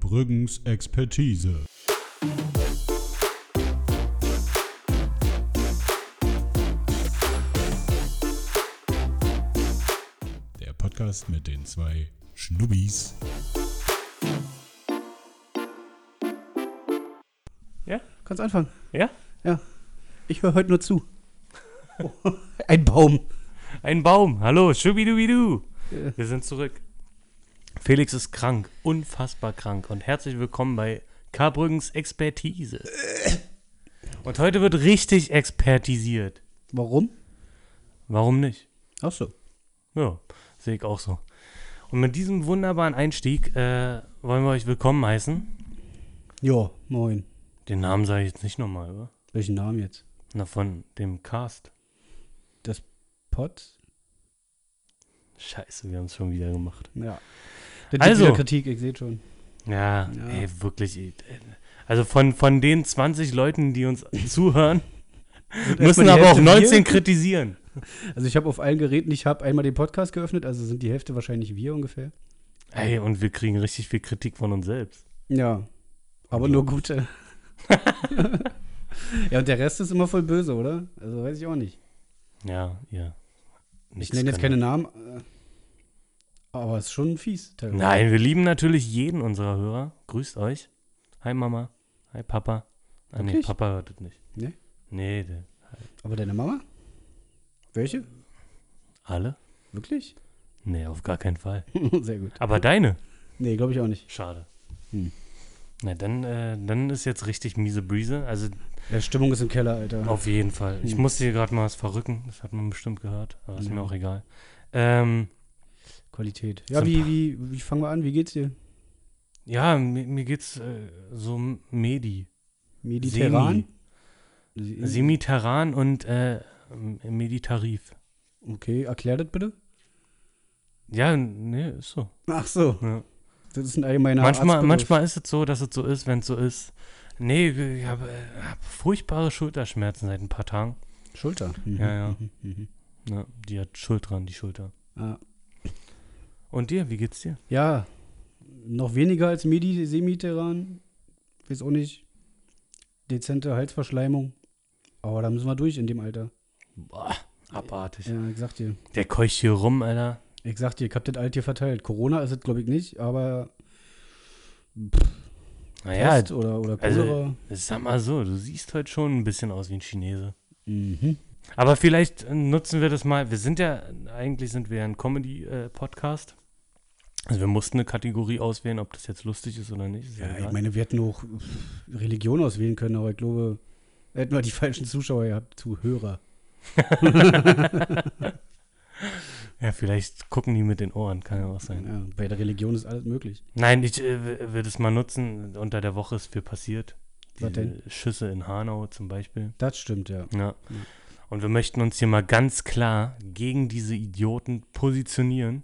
Brüggens Expertise. Der Podcast mit den zwei Schnubbis. Ja? Kannst anfangen. Ja? Ja. Ich höre heute nur zu. Oh, ein Baum. Ein Baum. Hallo, schubidubidu. Äh. Wir sind zurück. Felix ist krank, unfassbar krank. Und herzlich willkommen bei Karbrüggens Expertise. Und heute wird richtig expertisiert. Warum? Warum nicht? Ach so. Ja, sehe ich auch so. Und mit diesem wunderbaren Einstieg äh, wollen wir euch willkommen heißen. Ja, moin. Den Namen sage ich jetzt nicht nochmal, oder? Welchen Namen jetzt? Na, von dem Cast. Das Pod? Scheiße, wir haben es schon wieder gemacht. Ja. Das gibt Also. wieder Kritik, ich sehe schon. Ja, Ja. ey, wirklich. ey, Also von, von den 20 Leuten, die uns zuhören, müssen erstmal die aber auch Hälfte 19 kritisieren. Also ich habe auf allen Geräten, ich habe einmal den Podcast geöffnet, also sind die Hälfte wahrscheinlich wir ungefähr. Ey, und wir kriegen richtig viel Kritik von uns selbst. Ja. Aber nur gute. ja, und der Rest ist immer voll böse, oder? Also weiß ich auch nicht. Ja, ja. Ich Nichts nenne jetzt können keine Namen. äh, Aber es ist schon fies. wir. teilweise. Nein, wir lieben natürlich jeden unserer Hörer. Grüßt euch. Hi Mama. Hi Papa. Ah, nee, Wirklich? Papa hört es nicht. Nee? Nee, der- Aber deine Mama? Welche? alle? Wirklich? Nee, auf gar keinen Fall. Sehr gut. Aber deine? Nee, glaube ich auch nicht. Schade. Hm. Na, dann, äh, dann ist jetzt richtig miese Brise. Also Ja, Stimmung ist im Keller, Alter. Auf jeden Fall. Ich Hm. musste hier gerade mal was verrücken, das hat man bestimmt gehört, aber ist mir Ja. auch egal. Ähm, Qualität. Ja, So ein wie, paar- wie, wie fangen wir an? Wie geht's dir? ja, mir, mir geht's äh, so m- Medi. Mediterran? Semi- Sie- Semiterran und äh, m- Meditarif. Okay, erklär das bitte. Ja, nee, ist so. Ach so, Ja. das ist ein allgemeiner Manchmal, Arztbegriff. manchmal ist es so, dass es so ist, wenn es so ist. Nee, ich habe äh, hab furchtbare Schulterschmerzen seit ein paar Tagen. Schulter. Mhm, Ja, ja. mhm, mhm. Ja, die hat Schuld dran, die Schulter. Ah. Und dir, wie geht's dir? Ja, noch weniger als Medi Semiterran. Weiß auch nicht. Dezente Halsverschleimung. Aber da müssen wir durch in dem Alter. Boah, abartig. Ja, ich sag dir. Der keucht hier rum, Alter. Ich sag dir, ich hab das alt hier verteilt. Corona ist es, glaube ich, nicht, aber pff, Naja, Pest oder, oder also- Cholera. Sag mal so, du siehst heute schon ein bisschen aus wie ein Chinese. mhm. Aber vielleicht äh, nutzen wir das mal. Wir sind ja, eigentlich sind wir ja ein Comedy-Podcast. also wir mussten eine Kategorie auswählen, ob das jetzt lustig ist oder nicht. Ist Ja, ich egal. meine, wir hätten auch pff, Religion auswählen können, aber ich glaube, da hätten wir die falschen Zuschauer gehabt, Zuhörer. ja, vielleicht gucken die mit den Ohren, kann ja auch sein. Ja, bei der Religion ist alles möglich. Nein, ich äh, w- will das mal nutzen. Unter der Woche ist viel passiert. Was Diese Schüsse in Hanau zum Beispiel. Das stimmt, ja. Ja. Ja. Und wir möchten uns hier mal ganz klar gegen diese Idioten positionieren.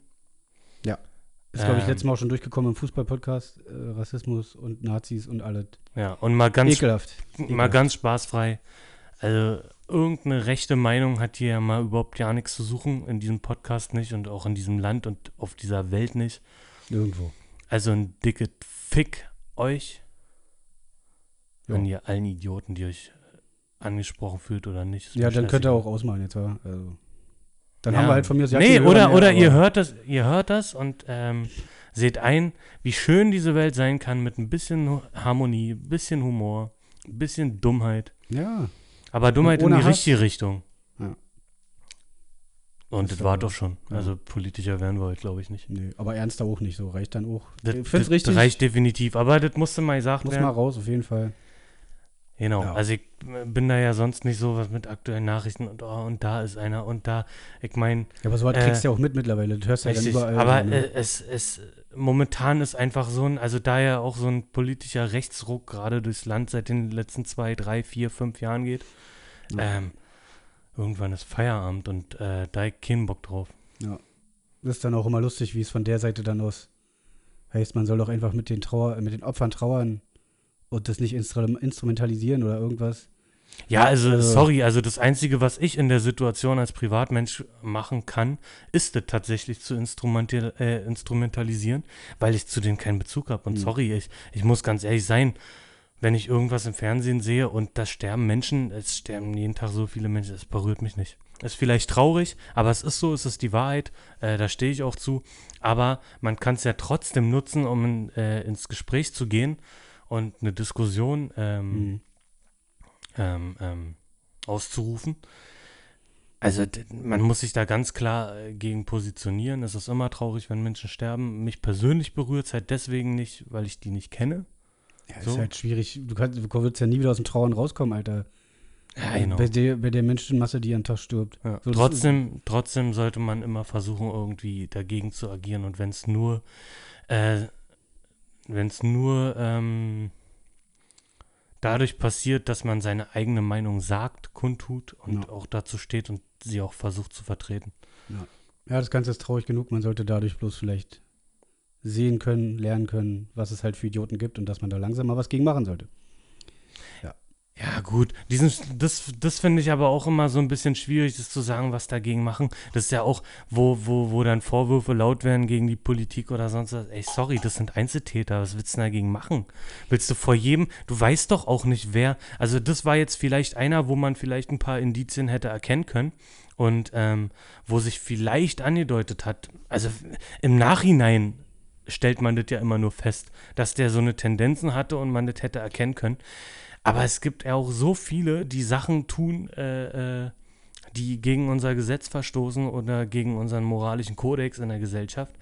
Ist, glaube ich, Ähm. letztes Mal auch schon durchgekommen im Fußball-Podcast. Äh, Rassismus und Nazis und alles. Ja, und mal ganz Ekelhaft. Mal ganz spaßfrei. Also, irgendeine rechte Meinung hat hier ja mal überhaupt gar nichts zu suchen. In diesem Podcast nicht und auch in diesem Land und auf dieser Welt nicht. Irgendwo. Also, ein dickes Fick euch. Ja. An ihr allen Idioten, die euch angesprochen fühlt oder nicht. Ist Ja, mir dann könnt ihr scheißegal. auch ausmachen jetzt, wa? Also, dann Ja. haben wir halt von mir aus ja Nee, keine oder, Hörer mehr, oder ihr aber- hört das, ihr hört das und ähm, seht ein, wie schön diese Welt sein kann mit ein bisschen Hu- Harmonie, ein bisschen Humor, ein bisschen Dummheit. Ja, Aber Dummheit in ohne die Hass. richtige Richtung. Ja. Und das, Das war war- doch schon. ja. Also politischer werden wir heute, glaube ich, nicht. nee, aber ernster auch nicht so. Reicht dann auch. Das, Ich das find's richtig. reicht definitiv. Aber das musste mal gesagt Muss mal werden. raus, auf jeden Fall. Genau. Ja. Also ich äh, bin da ja sonst nicht so was mit aktuellen Nachrichten und, oh, und da ist einer und da. Ich meine, Ja, aber so was Äh, kriegst du ja auch mit mittlerweile. Das hörst du ja dann richtig. überall. aber so, ne? äh, es, es momentan ist einfach so ein, also da ja auch so ein politischer Rechtsruck gerade durchs Land seit den letzten zwei, drei, vier, fünf Jahren geht. Ja. Ähm, irgendwann ist Feierabend und äh, da hab ich keinen Bock drauf. Das ist dann auch immer lustig, wie es von der Seite dann aus heißt, man soll doch einfach mit den Trauer, mit den Opfern trauern und das nicht instru- instrumentalisieren oder irgendwas. Ja, also, Also- sorry, also das Einzige, was ich in der Situation als Privatmensch machen kann, ist das tatsächlich zu instrumental, äh, instrumentalisieren, weil ich zu dem keinen Bezug habe. Und sorry, ich, ich muss ganz ehrlich sein, wenn ich irgendwas im Fernsehen sehe und da sterben Menschen, es sterben jeden Tag so viele Menschen, es berührt mich nicht. Ist vielleicht traurig, aber es ist so, es ist die Wahrheit, äh, da stehe ich auch zu. Aber man kann es ja trotzdem nutzen, um in, äh, ins Gespräch zu gehen und eine Diskussion ähm, Mhm. ähm, ähm, auszurufen. Also d- man muss sich da ganz klar äh, gegen positionieren. Es ist immer traurig, wenn Menschen sterben. Mich persönlich berührt es halt deswegen nicht, weil ich die nicht kenne. Ja, So. ist halt schwierig. Du, kannst, du wirst ja nie wieder aus dem Trauern rauskommen, Alter. Ja, genau. bei, der, bei der Menschenmasse, die am Tag stirbt. Ja. So, das trotzdem, trotzdem sollte man immer versuchen, irgendwie dagegen zu agieren. Und wenn es nur, äh, wenn es nur ähm, dadurch passiert, dass man seine eigene Meinung sagt, kundtut und Ja. auch dazu steht und sie auch versucht zu vertreten. Ja, das Ganze ist traurig genug. Man sollte dadurch bloß vielleicht sehen können, lernen können, was es halt für Idioten gibt und dass man da langsam mal was gegen machen sollte. Ja, gut. Diesen, das das finde ich aber auch immer so ein bisschen schwierig, das zu sagen, was dagegen machen. Das ist ja auch, wo, wo, wo dann Vorwürfe laut werden gegen die Politik oder sonst was. Ey, sorry, das sind Einzeltäter. Was willst du denn dagegen machen? Willst du vor jedem, du weißt doch auch nicht, wer. Also, das war jetzt vielleicht einer, wo man vielleicht ein paar Indizien hätte erkennen können und ähm, wo sich vielleicht angedeutet hat. Also, im Nachhinein stellt man das ja immer nur fest, dass der so eine Tendenzen hatte und man das hätte erkennen können. Aber es gibt ja auch so viele, die Sachen tun, äh, äh, die gegen unser Gesetz verstoßen oder gegen unseren moralischen Kodex in der Gesellschaft,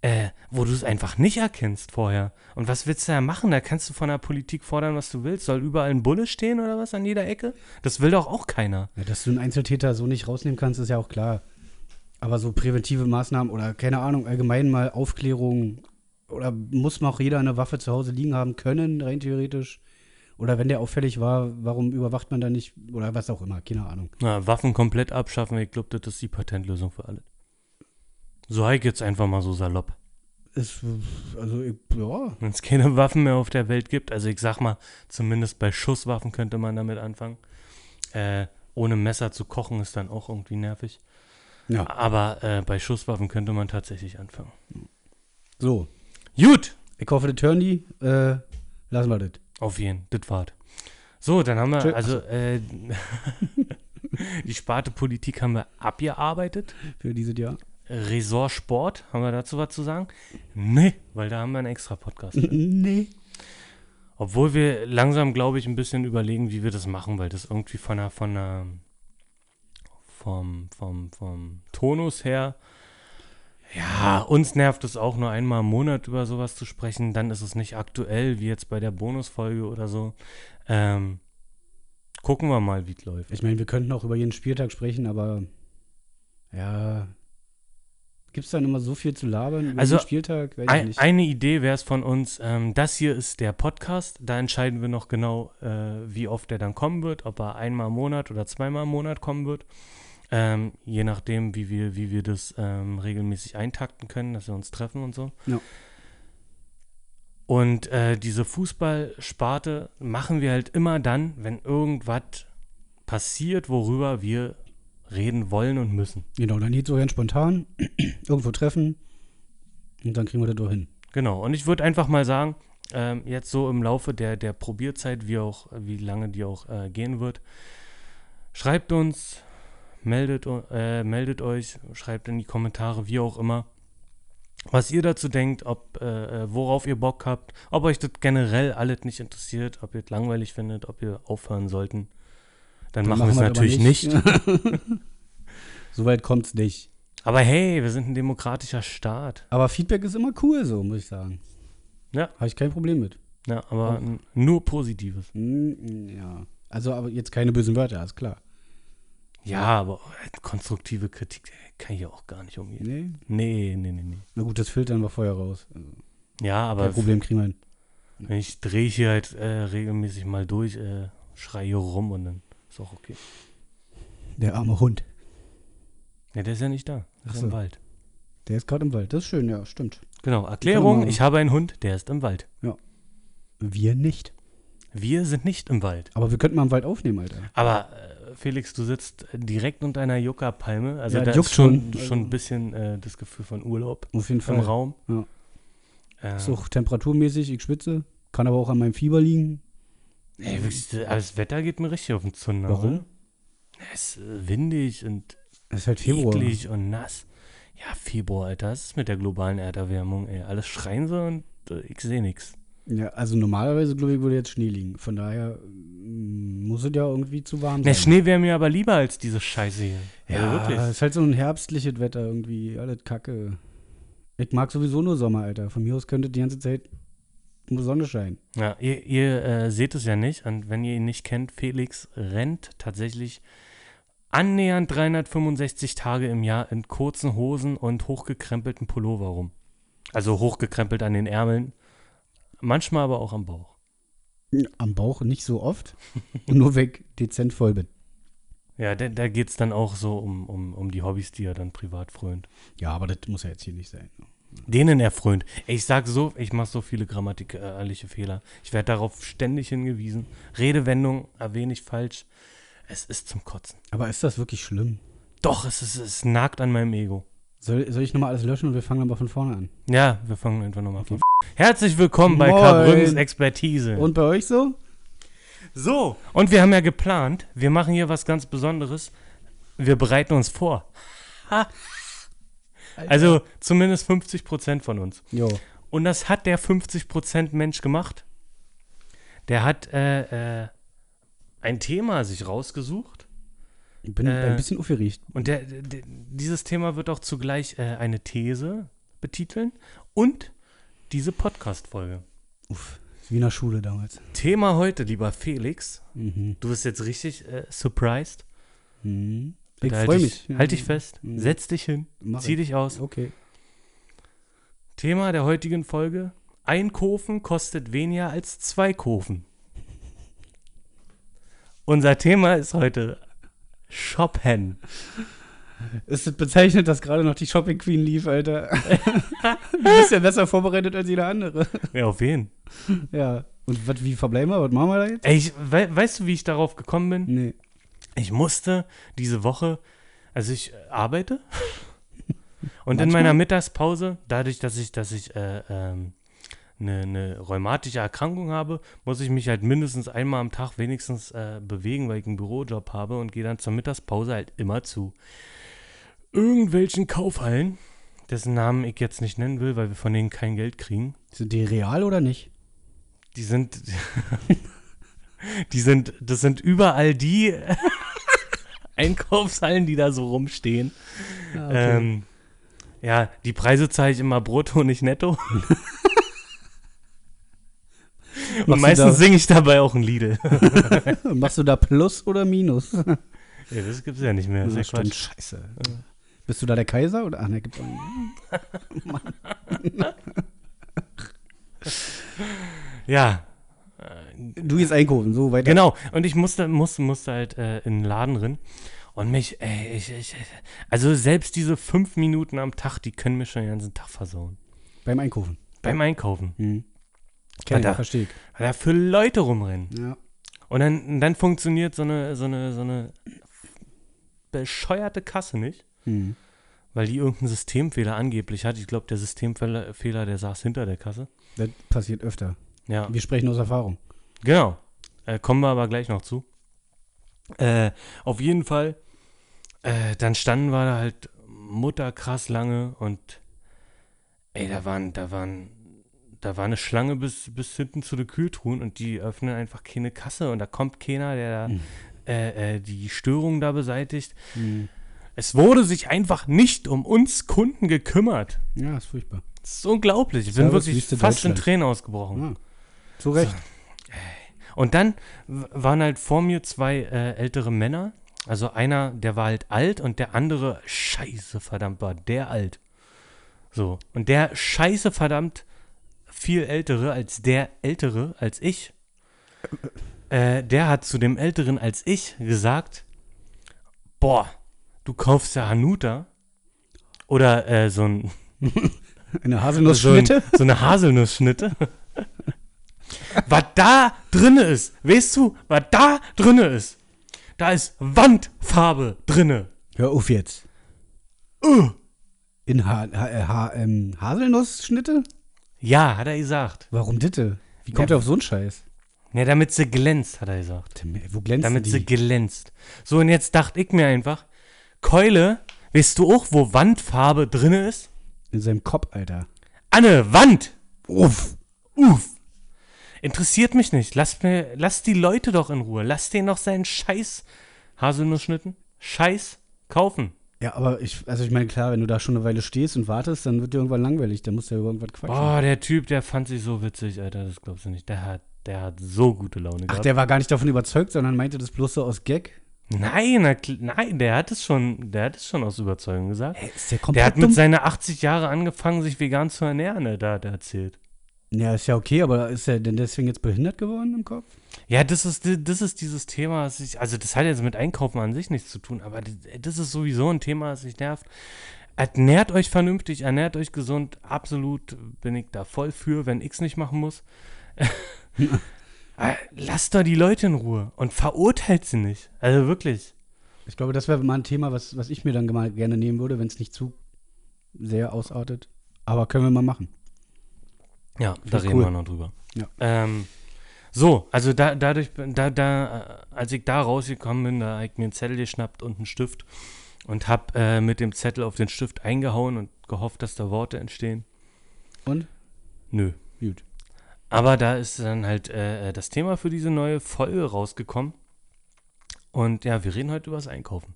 äh, wo du es einfach nicht erkennst vorher. Und was willst du da machen? Da kannst du von der Politik fordern, was du willst. Soll überall ein Bulle stehen oder was an jeder Ecke? Das will doch auch keiner. Ja, dass du einen Einzeltäter so nicht rausnehmen kannst, ist ja auch klar. Aber so präventive Maßnahmen oder keine Ahnung, allgemein mal Aufklärung oder muss man auch jeder eine Waffe zu Hause liegen haben können, rein theoretisch. Oder wenn der auffällig war, warum überwacht man da nicht oder was auch immer, keine Ahnung. Na, Waffen komplett abschaffen, ich glaube, das ist die Patentlösung für alle. So hike jetzt einfach mal so salopp. Ist, also, ich- ja, Wenn es keine Waffen mehr auf der Welt gibt, also ich sag mal, zumindest bei Schusswaffen könnte man damit anfangen. Äh, ohne Messer zu kochen ist dann auch irgendwie nervig. ja. Aber äh, bei Schusswaffen könnte man tatsächlich anfangen. So, Gut, ich hoffe, das hören die. Äh, lassen wir das. auf jeden, das war's. So, dann haben Tschö- wir, also äh, die Sparte Politik haben wir abgearbeitet. Für dieses Jahr. Ressort Sport, haben wir dazu was zu sagen? Nee, weil da haben wir einen extra Podcast. für. nee. Obwohl wir langsam, glaube ich, ein bisschen überlegen, wie wir das machen, weil das irgendwie von der, von der, vom, vom, vom Tonus her, ja, uns nervt es auch nur einmal im Monat über sowas zu sprechen, dann ist es nicht aktuell, wie jetzt bei der Bonusfolge oder so. Ähm, gucken wir mal, wie es läuft. Ich meine, wir könnten auch über jeden Spieltag sprechen, aber ja. Gibt es dann immer so viel zu labern über Also, den Spieltag? Weiß ich Ein, nicht. eine Idee wäre es von uns, ähm, das hier ist der Podcast, da entscheiden wir noch genau, äh, wie oft der dann kommen wird, ob er einmal im Monat oder zweimal im Monat kommen wird. Ähm, je nachdem, wie wir, wie wir das ähm, regelmäßig eintakten können, dass wir uns treffen und so. Ja. Und äh, diese Fußballsparte machen wir halt immer dann, wenn irgendwas passiert, worüber wir reden wollen und müssen. Genau, dann geht so ganz spontan. irgendwo treffen. Und dann kriegen wir das doch hin. Genau, und ich würde einfach mal sagen, ähm, jetzt so im Laufe der, der Probierzeit, wie auch, wie lange die auch äh, gehen wird, schreibt uns, meldet, u- äh, meldet euch, schreibt in die Kommentare, wie auch immer, was ihr dazu denkt, ob, äh, äh, worauf ihr Bock habt, ob euch das generell alles nicht interessiert, ob ihr es langweilig findet, ob ihr aufhören sollten. Dann, Dann machen wir es das aber natürlich nicht. Soweit kommt's nicht. Aber hey, wir sind ein demokratischer Staat. Aber Feedback ist immer cool, so muss ich sagen. Ja. Habe ich kein Problem mit. Ja, ne? aber n- nur Positives. Mm, Ja. Also, aber jetzt keine bösen Wörter, ist klar. Ja, aber äh, konstruktive Kritik äh, kann ich ja auch gar nicht umgehen. Nee. Nee, nee, nee, nee. Na gut, das Filtern war vorher raus. Also, Ja, aber kein Problem kriegen wir hin. wenn ich drehe hier halt äh, regelmäßig mal durch, äh, schreie hier rum und dann ist auch okay. Der arme Hund. Ja, der ist ja nicht da. Der Ach ist so. im Wald. Der ist gerade im Wald. Das ist schön, ja, stimmt. Genau, Erklärung, mal- ich habe einen Hund, der ist im Wald. Wir nicht. Wir sind nicht im Wald. Aber wir könnten mal im Wald aufnehmen, Alter. Aber äh, Felix, du sitzt äh, direkt unter einer Yucca-Palme. Also Ja, da juckt ist schon, schon. schon ein bisschen äh, das Gefühl von Urlaub Auf jeden im Fall. Raum. Ja. Äh, Ist auch temperaturmäßig, ich schwitze. Kann aber auch an meinem Fieber liegen. Ey, wirklich, äh, aber das Wetter geht mir richtig auf den Zunder. Ähm, Warum? oder? Es ist äh, windig und Es ist halt Februar. eklig und nass. Ja, Februar, Alter, das ist mit der globalen Erderwärmung, ey. Alles schreien so und äh, ich sehe nichts. Ja, also normalerweise, glaube ich, würde jetzt Schnee liegen. Von daher mm, muss es ja irgendwie zu warm sein. Der Schnee wäre mir aber lieber als diese Scheiße hier. Ja, also es wirklich. ist halt so ein herbstliches Wetter irgendwie. Alles kacke. Ich mag sowieso nur Sommer, Alter. Von mir aus könnte die ganze Zeit nur Sonne scheinen. Ja, ihr ihr äh, seht es ja nicht und wenn ihr ihn nicht kennt, Felix rennt tatsächlich annähernd 365 Tage im Jahr in kurzen Hosen und hochgekrempelten Pullover rum. Also hochgekrempelt an den Ärmeln, manchmal aber auch am Bauch. Am Bauch nicht so oft. nur weg, dezent voll bin. Ja, da, da geht es dann auch so um, um, um die Hobbys, die er dann privat frönt. Ja, aber das muss ja jetzt hier nicht sein. Denen er frönt. Ich sag so, ich mache so viele grammatikalische Fehler. Ich werde darauf ständig hingewiesen. Redewendung erwähne ich falsch. Es ist zum Kotzen. Aber ist das wirklich schlimm? Doch, es, ist, es nagt an meinem Ego. Soll, soll ich nochmal alles löschen und wir fangen aber von vorne an? Ja, wir fangen einfach nochmal von. Herzlich willkommen bei Moin. Karl Brünns Expertise. Und bei euch so? so, und wir haben ja geplant, wir machen hier was ganz Besonderes. Wir bereiten uns vor. Ha. Also zumindest 50 Prozent von uns. Jo. Und das hat der 50% Mensch gemacht. Der hat äh, äh, ein Thema sich rausgesucht. Ich bin Äh, ein bisschen aufgeregt. Und der, der, dieses Thema wird auch zugleich äh, eine These betiteln und diese Podcast-Folge. Uff, ist wie in der Schule damals. Thema heute, lieber Felix. Mhm. Du bist jetzt richtig äh, surprised. Mhm. Ich Da halt freue dich- mich. Halt dich fest, Mhm. setz dich hin, Mach zieh ich. dich aus. Okay. Thema der heutigen Folge: Ein Kofen kostet weniger als zwei Kofen. Unser Thema ist heute Shoppen. Ist das bezeichnet, dass gerade noch die Shopping Queen lief, Alter? du bist ja besser vorbereitet als jeder andere. Ja, auf wen? Ja. Und wat, wie verbleiben wir? Was machen wir da jetzt? Ey, ich, we weißt du, wie ich darauf gekommen bin? Nee. Ich musste diese Woche, also ich äh, arbeite und in Manchmal. meiner Mittagspause, dadurch, dass ich, dass ich äh, ähm, eine, eine rheumatische Erkrankung habe, muss ich mich halt mindestens einmal am Tag wenigstens äh, bewegen, weil ich einen Bürojob habe und gehe dann zur Mittagspause halt immer zu irgendwelchen Kaufhallen, dessen Namen ich jetzt nicht nennen will, weil wir von denen kein Geld kriegen. Sind die real oder nicht? Die sind. die sind. Das sind überall die Einkaufshallen, die da so rumstehen. Ah, Ähm, ja, die Preise zahle ich immer brutto, nicht netto. Und Machst du meistens da- singe ich dabei auch ein Liedel. Machst du da Plus oder Minus? ja, das gibt's ja nicht mehr. Das Ja, ist ja stimmt, Quatsch. scheiße. Bist du da der Kaiser? Oder? Ach, ne, gibt's auch nicht. Ja, Äh, Du gehst einkaufen, so weiter. Genau, und ich musste, musste, musste halt äh, in den Laden rein und mich, ey, ich, ich, also selbst diese fünf Minuten am Tag, die können mir schon den ganzen Tag versauen. Beim Einkaufen. Beim Einkaufen. Mhm. Kenn ich, Alter. verstehe ich. Weil da für Leute rumrennen. Ja. Und dann, dann funktioniert so eine, so eine, so eine bescheuerte Kasse nicht, Mhm. weil die irgendeinen Systemfehler angeblich hat. Ich glaube, der Systemfehler, Fehler, der saß hinter der Kasse. Das passiert öfter. Ja. Wir sprechen aus Erfahrung. Genau. Äh, kommen wir aber gleich noch zu. Äh, auf jeden Fall, äh, dann standen wir da halt mutterkrass lange und ey, da waren, da waren, da war eine Schlange bis, bis hinten zu den Kühltruhen und die öffnen einfach keine Kasse und da kommt keiner, der da Mhm. äh, äh, die Störung da beseitigt. Mhm. Es wurde sich einfach nicht um uns Kunden gekümmert. Ja, ist furchtbar. Das ist unglaublich. Ich bin Service wirklich Wüste fast in Deutschland. Tränen ausgebrochen. Ja. Zu Recht. Und dann w- waren halt vor mir zwei äh, ältere Männer. Also einer, der war halt alt und der andere, scheiße verdammt, war der alt. So. Und der scheiße verdammt viel ältere als der ältere als ich. Äh, der hat zu dem älteren als ich gesagt, boah, du kaufst ja Hanuta oder äh, so ein Eine so, ein, Also Haselnussschnitte? so eine Haselnussschnitte. was da drinne ist, weißt du, was da drinne ist? Da ist Wandfarbe drinne. Hör auf jetzt. Uh. In ha ha äh, ha ähm, Haselnussschnitte? Ja, hat er gesagt. Warum ditte? Wie kommt Ja. ihr auf so einen Scheiß? Ja, damit sie glänzt, hat er gesagt. Tim, ey, Wo glänzen Damit sie die? glänzt. So, und jetzt dachte ich mir einfach, Keule, weißt du auch, wo Wandfarbe drinne ist? In seinem Kopf, Alter. Anne, Wand! Uff. Uff! Interessiert mich nicht. Lass, mir, lass die Leute doch in Ruhe. Lass denen noch seinen Scheiß Haselnussschnitten, Scheiß kaufen. Ja, aber ich, also ich meine, klar, wenn du da schon eine Weile stehst und wartest, dann wird dir irgendwann langweilig. Dann musst du ja über irgendwas quatschen. Oh, der Typ, der fand sich so witzig, Alter. Das glaubst du nicht. Der hat, der hat so gute Laune Ach, gehabt. der war gar nicht davon überzeugt, sondern meinte das bloß so aus Gag. nein, na kl- nein, der hat es schon, der hat es schon aus Überzeugung gesagt. Ey, ist der Der komplett hat mit dumm? seiner 80 Jahre angefangen, sich vegan zu ernähren, ne, da hat er erzählt. Ja, ist ja okay, aber ist er denn deswegen jetzt behindert geworden im Kopf? Ja, das ist, das ist dieses Thema, das ich, also das hat jetzt mit Einkaufen an sich nichts zu tun, aber das- das ist sowieso ein Thema, das mich nervt. Ernährt euch vernünftig, ernährt euch gesund, absolut bin ich da voll für, wenn ich's nicht machen muss. Äh, Lasst doch die Leute in Ruhe und verurteilt sie nicht. Also wirklich. Ich glaube, das wäre mal ein Thema, was, was ich mir dann mal gerne nehmen würde, wenn es nicht zu sehr ausartet. Aber können wir mal machen. Ja, da ich reden cool. wir noch drüber. Ja. Ähm, so, also da, dadurch, bin- da, da, äh, als ich da rausgekommen bin, da habe ich mir einen Zettel geschnappt und einen Stift und habe äh, mit dem Zettel auf den Stift eingehauen und gehofft, dass da Worte entstehen. Und? Nö. Gut. Aber da ist dann halt äh, äh, das Thema für diese neue Folge rausgekommen. Und ja, wir reden heute über das Einkaufen.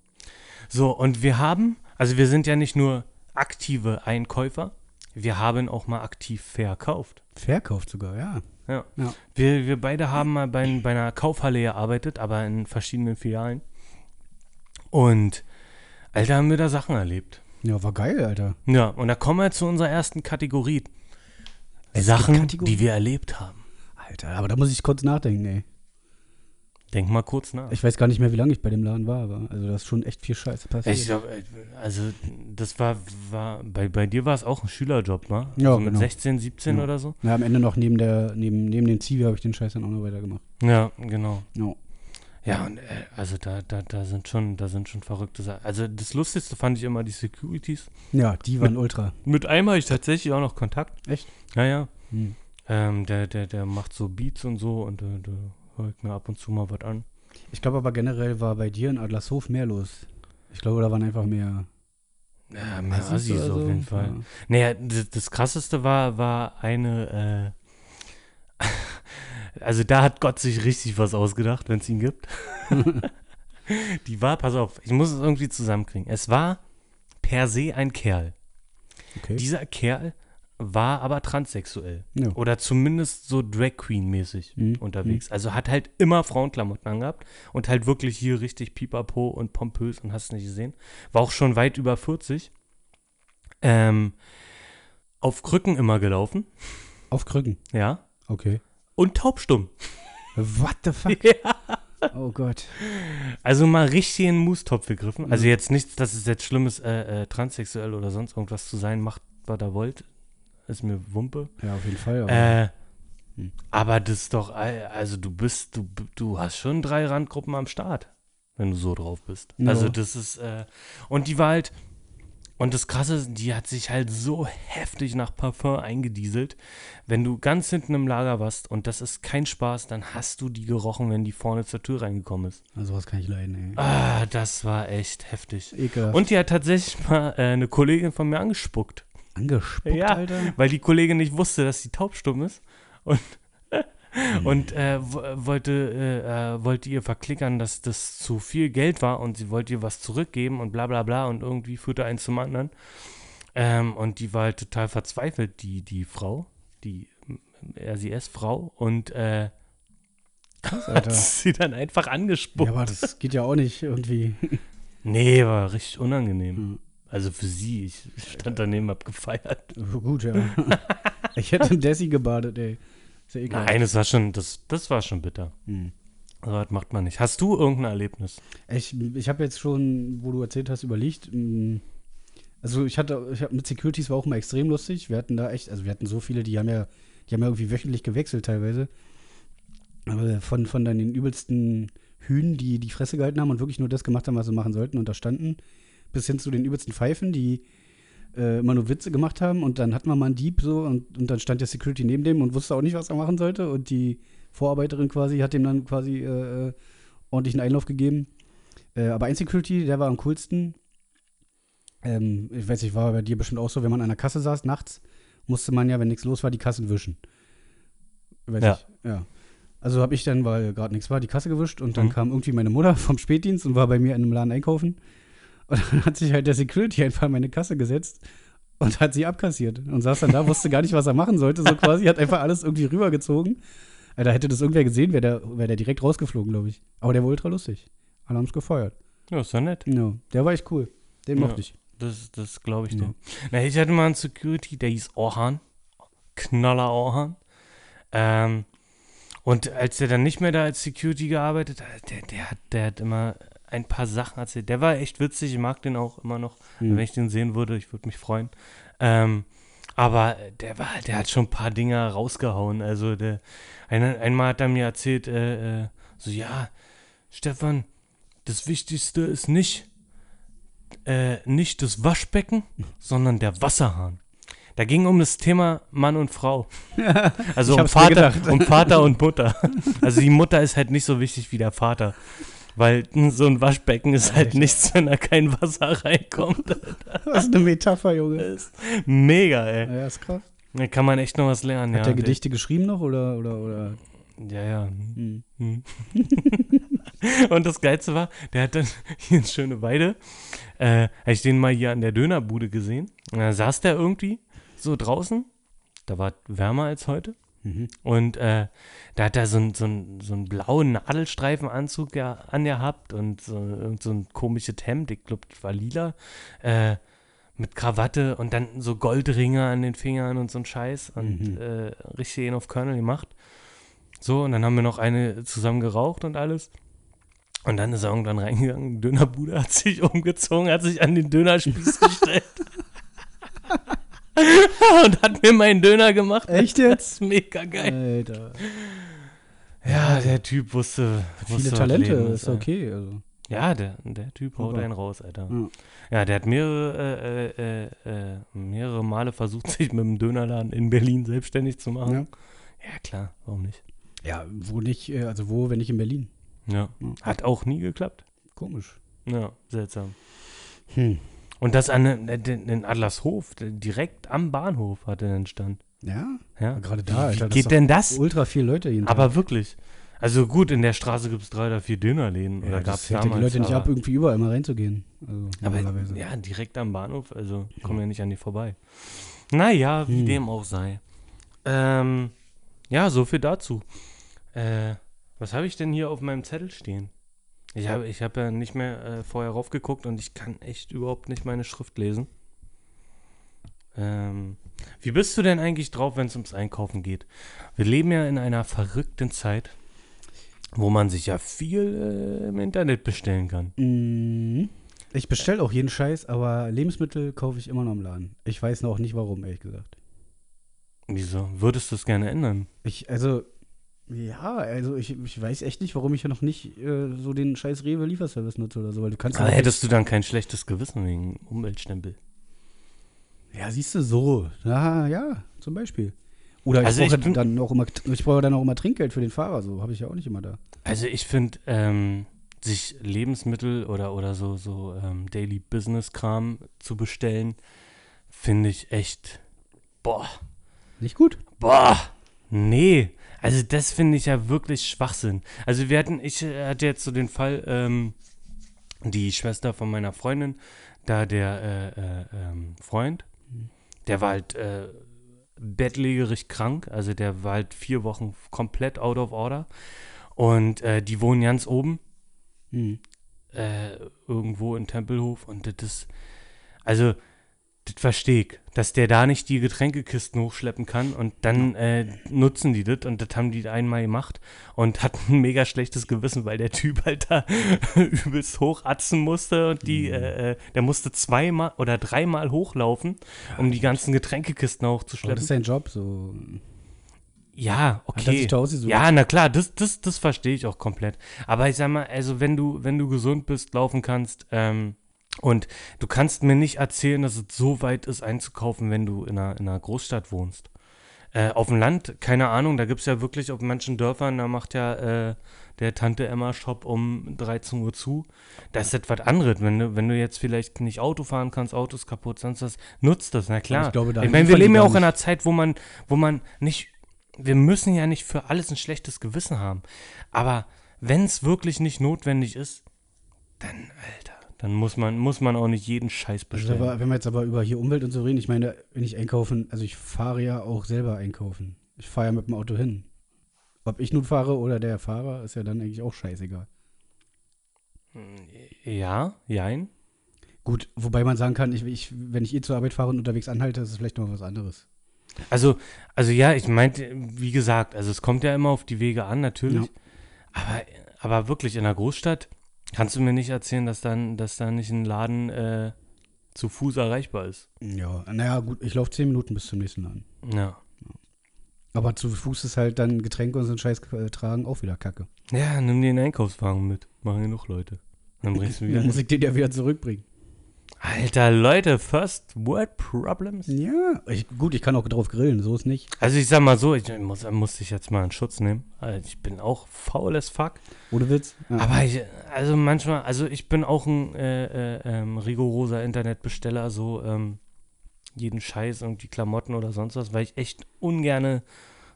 So, und wir haben, also wir sind ja nicht nur aktive Einkäufer, wir haben auch mal aktiv verkauft. Verkauft sogar, ja. Ja. Ja. Wir, wir beide haben mal bei, bei einer Kaufhalle gearbeitet, aber in verschiedenen Filialen. Und Alter, haben wir da Sachen erlebt. Ja, war geil, Alter. Ja, und da kommen wir zu unserer ersten Kategorie. Es gibt Sachen, Kategorien? die wir erlebt haben. Alter, aber da muss ich kurz nachdenken, ey. Denk mal kurz nach. Ich weiß gar nicht mehr, wie lange ich bei dem Laden war, aber also da ist schon echt viel Scheiße passiert. Ich glaub, äh, also das war, war bei, bei dir war es auch ein Schülerjob, ne? Ja, also mit genau. 16, 17 Ja. oder so. Na, am Ende noch neben der, neben, neben dem Zivi habe ich den Scheiß dann auch noch weitergemacht. Ja, genau. Ja. Ja, und äh, also da, da, da sind schon, da sind schon verrückte Sachen. Also das Lustigste fand ich immer die Securities. Ja, die waren ultra. Mit einem habe ich tatsächlich auch noch Kontakt. Echt? Ja, ja. Hm. Ähm, der, der, der macht so Beats und so und äh, der hört mir ab und zu mal was an. Ich glaube aber generell war bei dir in Adlershof mehr los. Ich glaube, da waren einfach mehr. Ja, mehr Assis Assis oder auf so. jeden Fall. Ja. Naja, das, das krasseste war, war eine, äh, also da hat Gott sich richtig was ausgedacht, wenn es ihn gibt. Die war, pass auf, ich muss es irgendwie zusammenkriegen. Es war per se ein Kerl. Okay. Dieser Kerl war aber transsexuell. Ja. Oder zumindest so Drag Queen-mäßig Mhm. unterwegs. Also hat halt immer Frauenklamotten angehabt und halt wirklich hier richtig pipapo und pompös und hast nicht gesehen. War auch schon weit über 40. Ähm, auf Krücken immer gelaufen, Mhm. Auf Krücken. ja. Okay. Und taubstumm. What the fuck? Ja. Oh Gott. Also mal richtig in den Moostopf gegriffen. Also jetzt nichts, dass es jetzt schlimm ist, äh, äh, transsexuell oder sonst irgendwas zu sein. Macht, was ihr wollt. Ist mir Wumpe. Ja, auf jeden Fall. Aber Äh, Hm. aber das ist doch, all- also du bist, du, du hast schon drei Randgruppen am Start, wenn du so drauf bist. Ja. Also das ist, äh, und die war halt, und das Krasse, ist, die hat sich halt so heftig nach Parfum eingedieselt. Wenn du ganz hinten im Lager warst und das ist kein Spaß, dann hast du die gerochen, wenn die vorne zur Tür reingekommen ist. also sowas kann ich leiden, ey. Ah, das war echt heftig. Ekelhaft. Und die hat tatsächlich mal äh, eine Kollegin von mir angespuckt Angespuckt, Ja. Alter. weil die Kollegin nicht wusste, dass sie taubstumm ist und, Hm. und äh, wo- wollte, äh, äh, wollte ihr verklickern, dass das zu viel Geld war und sie wollte ihr was zurückgeben und bla bla bla und irgendwie führte eins zum anderen. Ähm, und die war halt total verzweifelt, die, die Frau, die RCS-Frau und äh, Krass, hat Alter. sie dann einfach Ja, angespuckt. aber das geht ja auch nicht irgendwie. nee, war richtig unangenehm. Hm. Also für sie, ich stand daneben, hab gefeiert. Gut, ja. Ich hätte in Desi gebadet, ey. Ist ja ekelhaft. Nein, das war schon, das, das war schon bitter. Hm. So was Also, macht man nicht. Hast du irgendein Erlebnis? Ich, ich habe jetzt schon, wo du erzählt hast, überlegt. mm, Also ich hatte, ich hab, mit Securities war auch immer extrem lustig. Wir hatten da echt, also wir hatten so viele, die haben ja, Die haben ja irgendwie wöchentlich gewechselt teilweise. Aber von, von dann den übelsten Hühn, die die Fresse gehalten haben und wirklich nur das gemacht haben, was sie machen sollten und da standen, bis hin zu den übelsten Pfeifen, die äh, immer nur Witze gemacht haben und dann hatten wir mal einen Dieb so und, und dann stand der Security neben dem und wusste auch nicht, was er machen sollte und die Vorarbeiterin quasi hat dem dann quasi äh, äh, ordentlichen Einlauf gegeben. Äh, aber ein Security, der war am coolsten. Ähm, ich weiß nicht, war bei dir bestimmt auch so, wenn man an der Kasse saß nachts, musste man ja, wenn nichts los war, die Kassen wischen. Weiß Ja. Ich, ja. Also habe ich dann, weil gerade nichts war, die Kasse gewischt und dann Mhm. kam irgendwie meine Mutter vom Spätdienst und war bei mir in einem Laden einkaufen. Und dann hat sich halt der Security einfach an meine Kasse gesetzt und hat sie abkassiert und saß dann da, wusste gar nicht, was er machen sollte, so quasi, hat einfach alles irgendwie rübergezogen. Äh, Da hätte das irgendwer gesehen, wäre der, wär der direkt rausgeflogen, glaube ich. Aber der war ultra lustig. Alle haben es gefeuert. Ja, ist doch nett. No. Der war echt cool. Den Ja. mochte ich. Das, das glaube ich Ja. dir. Na, ich hatte mal einen Security, der hieß Orhan. Knaller Orhan. Ähm, und als der dann nicht mehr da als Security gearbeitet hat, der, der, hat, der hat immer ein paar Sachen erzählt. Der war echt witzig, ich mag den auch immer noch. Hm. Wenn ich den sehen würde, ich würde mich freuen. Ähm, aber der war, der hat schon ein paar Dinger rausgehauen. Also der, ein, einmal hat er mir erzählt, äh, äh, so ja, Stefan, das Wichtigste ist nicht, äh, nicht das Waschbecken, sondern der Wasserhahn. Da ging um das Thema Mann und Frau. Also Ich um hab's mir Vater, gedacht. um Vater und Mutter. Also die Mutter ist halt nicht so wichtig wie der Vater. Weil hm, so ein Waschbecken ist halt nichts, wenn da kein Wasser reinkommt. Was eine Metapher, Junge. Das ist mega, ey. Ja, ist krass. Da kann man echt noch was lernen. Hat ja, der Gedichte geschrieben noch oder? oder, oder? Ja, ja. Hm. Hm. Und das Geilste war, der hat dann hier in Schöneweide, äh, habe ich den mal hier an der Dönerbude gesehen. Und da saß der irgendwie so draußen. Da war wärmer als heute. Mhm. Und äh, da hat er so, einen- so, einen- so einen blauen Nadelstreifenanzug ja, angehabt und so, irgend so ein komisches Hemd, ich glaube, das war lila, äh, mit Krawatte und dann so Goldringe an den Fingern und so ein Scheiß und Mhm. äh, richtig ihn auf Colonel gemacht. So, und dann haben wir noch eine zusammen geraucht und alles. Und dann ist er irgendwann reingegangen, Dönerbude hat sich umgezogen, hat sich an den Dönerspieß gestellt. und hat mir meinen Döner gemacht. Echt jetzt? Das ist mega geil. Alter. Ja, der Typ wusste. wusste Viele was Talente, Leben ist ey. okay. Also. Ja, der, der Typ haut Super. einen raus, Alter. Ja. Ja, der hat mehrere, äh, äh, äh, mehrere Male versucht, sich mit dem Dönerladen in Berlin selbstständig zu machen. Ja. Ja, klar, warum nicht? ja, wo nicht, äh, also wo, wenn nicht in Berlin. Ja. Ja. Hat auch nie geklappt. Komisch. Ja, seltsam. Hm. Und das an äh, den, den Adlershof, der- direkt am Bahnhof hatte den Stand. Ja, Ja. aber gerade da, Wie Alter. das geht ist denn doch das? Ultra viele Leute jeden Tag. Aber wirklich. Also gut, in der Straße gibt es drei oder vier Dönerläden. ja, oder gab das es hält ja damals. die Leute nicht aber- ab, irgendwie überall mal reinzugehen. Also, Aber normalerweise. ja, direkt am Bahnhof, also kommen ja nicht an dir vorbei. Naja, wie Hm. dem auch sei. Ähm, ja, so viel dazu. Äh, was habe ich denn hier auf meinem Zettel stehen? Ich habe ich hab ja nicht mehr äh, vorher raufgeguckt und ich kann echt überhaupt nicht meine Schrift lesen. Ähm, wie bist du denn eigentlich drauf, wenn es ums Einkaufen geht? Wir leben ja in einer verrückten Zeit, wo man sich ja viel äh, im Internet bestellen kann. Mhm. Ich bestelle auch jeden Scheiß, aber Lebensmittel kaufe ich immer noch im Laden. Ich weiß noch nicht warum, ehrlich gesagt. Wieso? Würdest du es gerne ändern? Ich, also, ja, also ich, ich weiß echt nicht, warum ich ja noch nicht äh, so den scheiß Rewe-Lieferservice nutze oder so, weil du kannst Aber ja. hättest du dann kein schlechtes Gewissen wegen Umweltstempel? Ja, siehst du, so. Ja, ja, zum Beispiel. Oder ich Also ich brauche bin- dann auch immer, ich brauche dann auch immer Trinkgeld für den Fahrer, so habe ich ja auch nicht immer da. Also ich finde, ähm, sich Lebensmittel oder, oder so, so ähm, Daily Business Kram zu bestellen, finde ich echt, boah, Nicht gut. boah, nee. Also das finde ich ja wirklich Schwachsinn. Also wir hatten, ich äh, hatte jetzt so den Fall, ähm, die Schwester von meiner Freundin, da der äh, äh, ähm, Freund, der war halt äh, bettlägerig krank, also der war halt vier Wochen komplett out of order. Und äh, die wohnen ganz oben Hm. äh, irgendwo in Tempelhof und das ist, also, das verstehe ich, dass der da nicht die Getränkekisten hochschleppen kann und dann äh, nutzen die das und das haben die einmal gemacht und hatten ein mega schlechtes Gewissen, weil der Typ halt da übelst hochatzen musste und die, äh, äh, der musste zweimal oder dreimal hochlaufen, um die ganzen Getränkekisten Aber das Ah, hochzuschleppen. ist dein Job, so. Ja, Hat er okay. sich da ausgesucht? Ja, na klar, das, das, das verstehe ich auch komplett. Aber ich sag mal, also wenn du, wenn du gesund bist, laufen kannst, ähm, und du kannst mir nicht erzählen, dass es so weit ist, einzukaufen, wenn du in einer, in einer Großstadt wohnst. Äh, auf dem Land, keine Ahnung, da gibt es ja wirklich auf manchen Dörfern, da macht ja äh, der Tante Emma Shop um 13 Uhr zu. Das ist etwas anderes. Wenn du, wenn du jetzt vielleicht nicht Auto fahren kannst, Autos kaputt, sonst was, nutzt das, na klar. ich glaube, da meine, wir liefern die leben ja gar auch in nicht. einer Zeit, wo man, wo man nicht, wir müssen ja nicht für alles ein schlechtes Gewissen haben. Aber wenn es wirklich nicht notwendig ist, dann, Alter, dann muss man, muss man auch nicht jeden Scheiß Also, bestellen. aber, wenn wir jetzt aber über hier Umwelt und so reden, ich meine, wenn ich einkaufen, also ich fahre ja auch selber einkaufen. Ich fahre ja mit dem Auto hin. Ob ich nun fahre oder der Fahrer, ist ja dann eigentlich auch scheißegal. ja, jein. Gut, wobei man sagen kann, ich, ich, wenn ich eh zur Arbeit fahre und unterwegs anhalte, ist es vielleicht noch was anderes. Also, also ja, ich meinte, wie gesagt, also es kommt ja immer auf die Wege an, natürlich. Aber, aber wirklich in der Großstadt kannst du mir nicht erzählen, dass dann, dass da nicht ein Laden äh, zu Fuß erreichbar ist. Ja, naja, gut, ich laufe zehn Minuten bis zum nächsten Laden. Ja. Aber zu Fuß ist halt dann Getränke und so ein Scheiß äh, tragen auch wieder Kacke. Ja, nimm den Einkaufswagen mit. Machen genug Leute. Dann bringst du Dann wieder. muss ich den ja wieder zurückbringen. Alter, Leute, First World Problems. Ja, ich, gut, ich kann auch drauf grillen, so ist nicht. Also ich sag mal so, ich muss, muss dich jetzt mal in Schutz nehmen. Also ich bin auch faul as fuck. Ohne Witz. Ja. Aber ich, also manchmal, also ich bin auch ein äh, äh, ähm, rigoroser Internetbesteller, so ähm, jeden Scheiß und die Klamotten oder sonst was, weil ich echt ungerne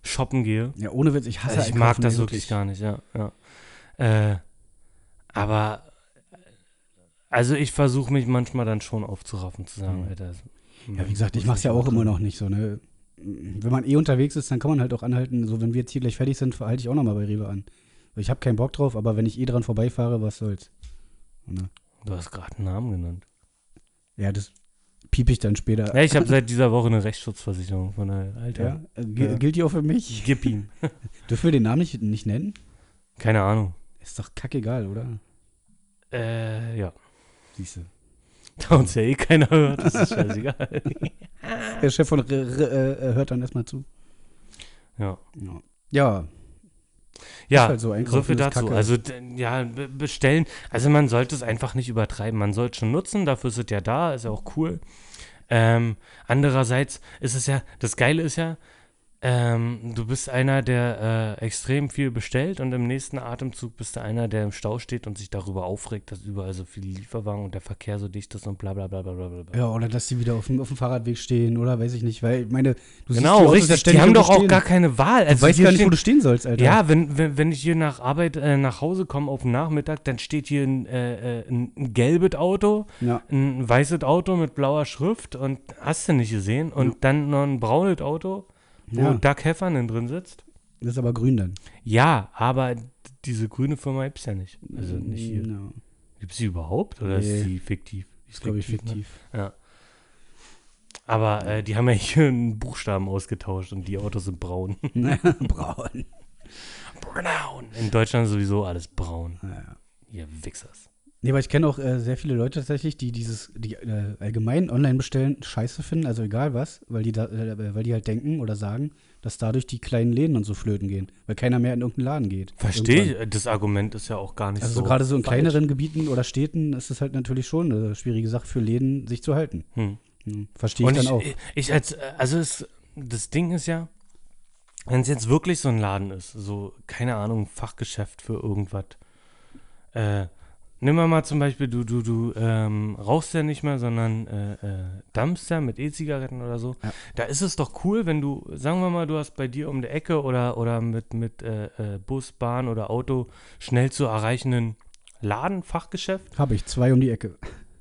shoppen gehe. ja, ohne Witz, ich hasse Also ich mag Einkaufen, das ey, wirklich gar nicht, ja. ja. Äh, aber also ich versuche mich manchmal dann schon aufzuraffen, zu sagen, Mhm. Alter. Ja, wie gesagt, ich mach's ja auch immer noch nicht so, ne? Wenn man eh unterwegs ist, dann kann man halt auch anhalten. So, wenn wir jetzt hier gleich fertig sind, halte ich auch nochmal bei Rewe an. Ich habe keinen Bock drauf, aber wenn ich eh dran vorbeifahre, was soll's. Ne? Du hast gerade einen Namen genannt. Ja, das piep ich dann später. Ja, ich habe seit dieser Woche eine Rechtsschutzversicherung von der Alter. Äh. Ja, äh, gi- Ja. Gilt die auch für mich? Gib ihm. Dürfen wir den Namen nicht, nicht nennen? Keine Ahnung. Ist doch kackegal, oder? Äh, ja. Siehste. Da uns ja eh keiner hört, das ist scheißegal. Der Chef von Re Re äh, äh, hört dann erstmal zu. ja. Ja. Ja, Ja, halt so, so, einkaufen viel ist dazu. Kacke. Also, d- ja, b- bestellen. Also, man sollte es einfach nicht übertreiben. Man sollte schon nutzen, dafür ist es ja da, ist ja auch cool. Ähm, andererseits ist es ja, das Geile ist ja, ähm, du bist einer, der äh, extrem viel bestellt und im nächsten Atemzug bist du einer, der im Stau steht und sich darüber aufregt, dass überall so viele Lieferwagen und der Verkehr so dicht ist und bla bla bla bla bla. bla. bla. ja, oder dass die wieder auf dem, auf dem Fahrradweg stehen, oder weiß ich nicht, weil ich meine, du genau, siehst die Autos ja richtig. Die ständig haben doch irgendwo auch stehen. gar keine Wahl. Also Du weißt hier gar nicht, wo stehen- du stehen sollst, Alter. Ja, wenn, wenn, wenn ich hier nach Arbeit äh, nach Hause komme auf den Nachmittag, dann steht hier ein, äh, äh, ein, ein gelbes Auto, ja. ein weißes Auto mit blauer Schrift und hast du nicht gesehen. Und dann noch ein braunes Auto, wo Ja. Doug Heffernan drin sitzt. Das ist aber grün dann. Ja, aber d- diese grüne Firma gibt's ja nicht. Also nicht hier. Ja, Gibt's sie überhaupt oder Mm. Nee. ist sie fiktiv? Die ist, glaube ich, ne? fiktiv. Aber äh, die haben ja hier einen Buchstaben ausgetauscht und die Autos sind braun. Braun. braun. In Deutschland sowieso alles braun. Naja. Ihr Wichsers. Nee, aber ich kenne auch äh, sehr viele Leute tatsächlich, die dieses, die äh, allgemein online bestellen, scheiße finden, also egal was, weil die, da, äh, weil die halt denken oder sagen, dass dadurch die kleinen Läden und so flöten gehen, weil keiner mehr in irgendeinen Laden geht. Irgendwann. Verstehe ich. Das Argument ist ja auch gar nicht Also so. so gerade so in falsch. kleineren Gebieten oder Städten ist es halt natürlich schon eine schwierige Sache für Läden, sich zu halten. Hm. Hm. Verstehe Und ich dann ich, äh, auch. ich, als, also es, das Ding ist ja, wenn es jetzt wirklich so ein Laden ist, so, keine Ahnung, Fachgeschäft für irgendwas. Äh, nimm mal, mal zum Beispiel, du, du, du ähm, rauchst ja nicht mehr, sondern äh, äh, dampfst ja mit E-Zigaretten oder so. Ja. Da ist es doch cool, wenn du, sagen wir mal, du hast bei dir um die Ecke oder, oder mit, mit äh, äh, Bus, Bahn oder Auto schnell zu erreichenden Laden, Fachgeschäft. Habe ich zwei um die Ecke.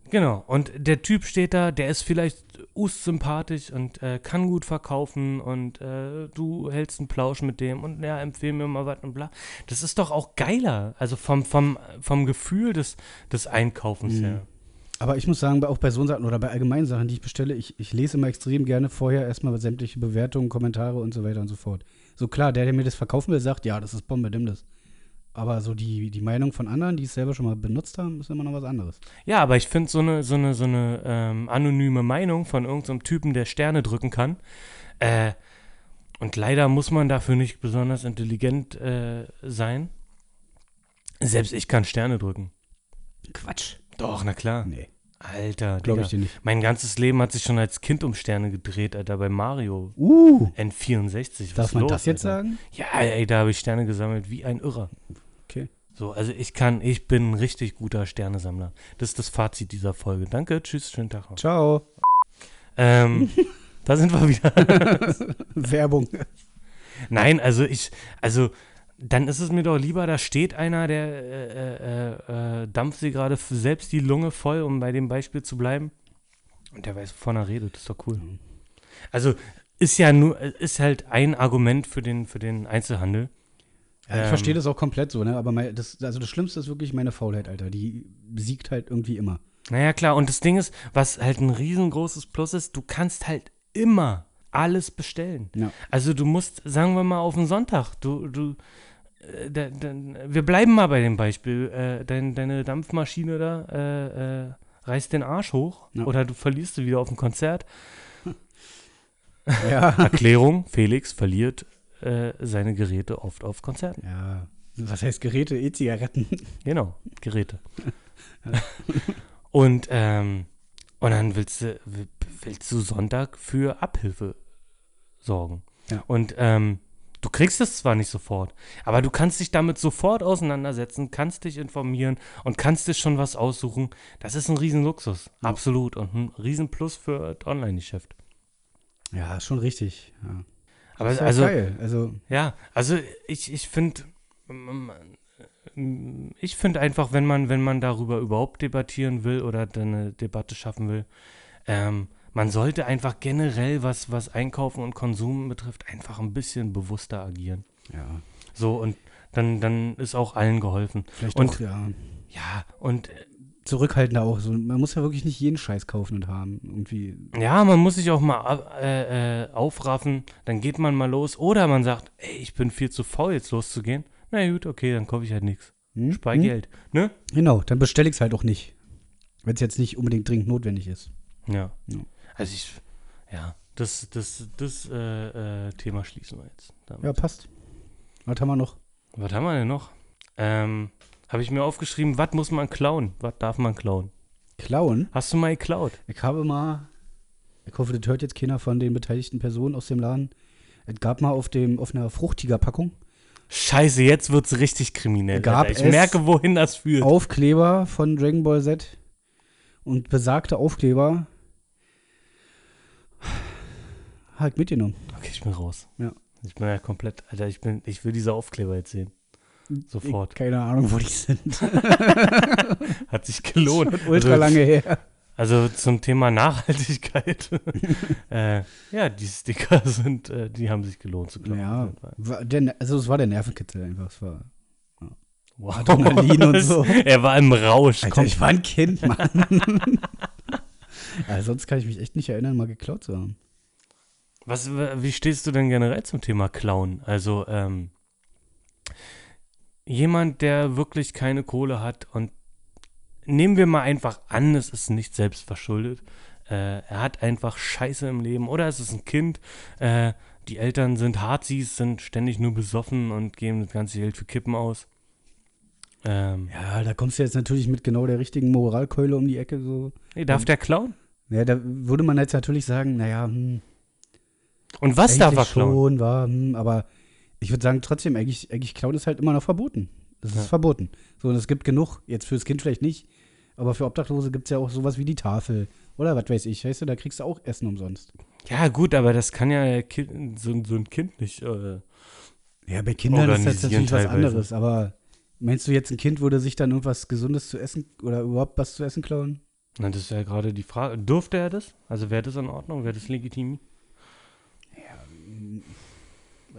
Genau, und der Typ steht da, der ist vielleicht sympathisch und äh, kann gut verkaufen und äh, du hältst einen Plausch mit dem und ja, empfehl mir mal was und bla. Das ist doch auch geiler, also vom, vom, vom Gefühl des, des Einkaufens Mhm. her. Aber ich muss sagen, bei- auch bei so Sachen oder bei allgemeinen Sachen, die ich bestelle, ich, ich lese immer extrem gerne vorher erstmal sämtliche Bewertungen, Kommentare und so weiter und so fort. So klar, der, der mir das verkaufen will, sagt, ja, das ist Bombe, nimm das. Aber so die, die Meinung von anderen, die es selber schon mal benutzt haben, ist immer noch was anderes. Ja, aber ich finde so eine, so eine, so ne, eine ähm, anonyme Meinung von irgendeinem Typen, der Sterne drücken kann, äh, Und leider muss man dafür nicht besonders intelligent äh, sein. Selbst ich kann Sterne drücken. Quatsch. Doch, na klar. Nee, Alter, glaube ich Digga. dir nicht. Mein ganzes Leben hat sich schon als Kind um Sterne gedreht, Alter, bei Mario Uh, N64. Was darf ist man los, das jetzt Alter? sagen? Ja, ey, da habe ich Sterne gesammelt wie ein Irrer. Okay. So, also ich kann, ich bin ein richtig guter Sternesammler. Das ist das Fazit dieser Folge. Danke, tschüss, schönen Tag. noch. Ciao. Ähm, da sind wir wieder. Werbung. Nein, also ich, also dann ist es mir doch lieber, da steht einer, der äh, äh, äh, dampft sie gerade f- selbst die Lunge voll, um bei dem Beispiel zu bleiben. Und der weiß, wovon er redet. Das ist doch cool. Also ist ja nur, ist halt ein Argument für den, für den Einzelhandel. Ja, ich Ähm. verstehe das auch komplett so, ne? Aber mein, das, also das Schlimmste ist wirklich meine Faulheit, Alter. Die siegt halt irgendwie immer. Naja, klar. Und das Ding ist, was halt ein riesengroßes Plus ist, du kannst halt immer alles bestellen. Ja. Also du musst, sagen wir mal, auf den Sonntag, du, du, äh, de, de, wir bleiben mal bei dem Beispiel, äh, dein, deine Dampfmaschine da äh, äh, reißt den Arsch hoch Ja. oder du verlierst sie wieder auf dem Konzert. Ja. Erklärung, Felix verliert äh, seine Geräte oft auf Konzerten. ja. Was heißt Geräte, E-Zigaretten? Genau, Geräte. und, ähm, und dann willst du, wi- willst du Sonntag für Abhilfe sorgen. Ja. Und ähm, du kriegst es zwar nicht sofort, aber du kannst dich damit sofort auseinandersetzen, kannst dich informieren und kannst dir schon was aussuchen. Das ist ein Riesenluxus, Ja. absolut. Und ein Riesenplus für das Online-Geschäft. Ja, schon richtig. Ja. Aber Ist ja also, geil. Also, Ja, also ich, ich finde, ich finde einfach, wenn man, wenn man darüber überhaupt debattieren will oder dann eine Debatte schaffen will, ähm, man sollte einfach generell, was, was Einkaufen und Konsum betrifft, einfach ein bisschen bewusster agieren. ja. So, und dann, dann ist auch allen geholfen. Vielleicht Und- auch, ja. Ja, und Zurückhaltender auch. So, man muss ja wirklich nicht jeden Scheiß kaufen und haben. Irgendwie. Ja, man muss sich auch mal ab- äh, äh, aufraffen, dann geht man mal los. Oder man sagt, ey, ich bin viel zu faul, jetzt loszugehen. Na gut, okay, dann kaufe ich halt nichts. Hm? Spar Hm? Geld, ne? Genau, dann bestelle ich es halt auch nicht. Wenn es jetzt nicht unbedingt dringend notwendig ist. Ja. Ja. Also ich, ja, das, das, das äh, äh, Thema schließen wir jetzt. damit. Ja, passt. Was haben wir noch? Was haben wir denn noch? Ähm, habe ich mir aufgeschrieben, was muss man klauen? Was darf man klauen? Klauen. Hast du mal geklaut? Ich habe mal, ich hoffe, das hört jetzt keiner von den beteiligten Personen aus dem Laden. Es gab mal auf, dem, auf einer Fruchtiger-Packung Scheiße, jetzt wird's richtig kriminell. Gab Alter. Ich es- merke, wohin das führt. Aufkleber von Dragon Ball Z. Und besagte Aufkleber habe ich halt mitgenommen. Okay, ich bin raus. Ja. Ich bin ja komplett, Alter, ich bin, ich will diese Aufkleber jetzt sehen. Sofort. Ich, keine Ahnung, wo die sind. Hat sich gelohnt. Ultra lange her. Also zum Thema Nachhaltigkeit. äh, ja, die Sticker sind, äh, die haben sich gelohnt zu klauen. Ja, war der, also es war der Nervenkitzel einfach. Es war, Wow. Adrenalin und so. Er war im Rausch. Alter, Komm, ich war ein Kind, Mann. ja, sonst kann ich mich echt nicht erinnern, mal geklaut zu haben. was, wie stehst du denn generell zum Thema Clown? Also, ähm, jemand, der wirklich keine Kohle hat und nehmen wir mal einfach an, es ist nicht selbst verschuldet. Äh, er hat einfach Scheiße im Leben oder es ist ein Kind. Äh, die Eltern sind Harzis, sind ständig nur besoffen und geben das ganze Geld für Kippen aus. Ähm, Ja, da kommst du jetzt natürlich mit genau der richtigen Moralkeule um die Ecke. So. nee, darf der klauen? Ja, da würde man jetzt natürlich sagen, naja, hm, Und was darf er eigentlich klauen? schon, war, hm, aber ich würde sagen, trotzdem, eigentlich, eigentlich klauen ist halt immer noch verboten. Das Ja. ist verboten. So, und es gibt genug, jetzt fürs Kind vielleicht nicht, aber für Obdachlose gibt es ja auch sowas wie die Tafel. Oder was weiß ich, weißt du, da kriegst du auch Essen umsonst. Ja, gut, aber das kann ja kind, so, so ein Kind nicht. Äh, Ja, bei Kindern ist das Organisieren natürlich was teilweise. anderes, aber meinst du jetzt, ein Kind würde sich dann irgendwas Gesundes zu essen oder überhaupt was zu essen klauen? na, das ist ja gerade die Frage. Durfte er das? Also wäre das in Ordnung? Wäre das legitim? Hm,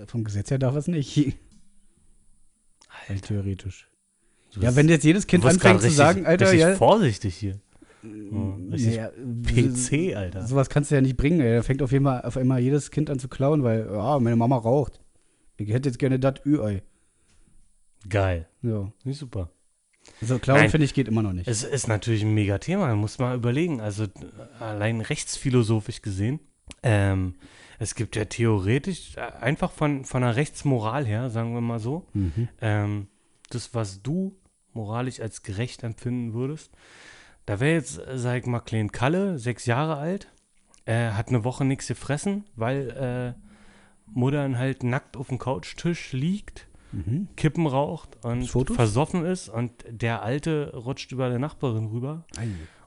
Vom Gesetz her darf es nicht. Rein Alter, Theoretisch. du Ja, bist- wenn jetzt jedes du Kind wirst anfängt grad zu sagen, Alter, richtig ja. vorsichtig hier. mh, richtig ja, PC, Alter. Sowas kannst du ja nicht bringen, ey. Da fängt auf, jeden Fall, auf einmal jedes Kind an zu klauen, weil, ja, meine Mama raucht. Ich hätte jetzt gerne das Ü-Ei. Geil. So. Nicht super. Also klauen, Nein. finde ich, geht immer noch nicht. Es ist natürlich ein mega Thema, muss man überlegen. Also allein rechtsphilosophisch gesehen ähm, es gibt ja theoretisch, äh, einfach von, von der Rechtsmoral her, sagen wir mal so, Mhm. ähm, das, was du moralisch als gerecht empfinden würdest, da wäre jetzt, äh, sag ich mal, Klein Kalle, sechs Jahre alt, äh, hat eine Woche nichts gefressen, weil äh, Muttern halt nackt auf dem Couchtisch liegt, Mhm. Kippen raucht und Fotos? versoffen ist und der Alte rutscht über der Nachbarin rüber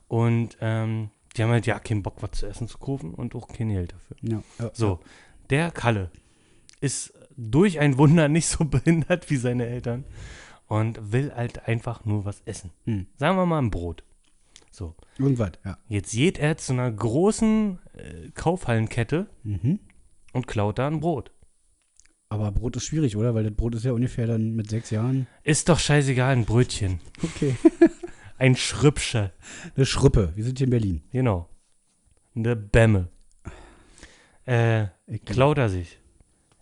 und ähm, die haben halt ja keinen Bock, was zu essen zu kaufen und auch kein Geld dafür. Ja. ja. So, der Kalle ist durch ein Wunder nicht so behindert wie seine Eltern und will halt einfach nur was essen. Hm. Sagen wir mal ein Brot. So, Irgendwas, ja. jetzt geht er zu einer großen äh, Kaufhallenkette Mhm. und klaut da ein Brot. Aber Brot ist schwierig, oder? Weil das Brot ist ja ungefähr dann mit sechs Jahren. Ist doch scheißegal, ein Brötchen. Okay. Ein Schrübsche. Eine Schruppe. Wir sind hier in Berlin. Genau. Eine Bämme. Äh, Ich- klaut er sich.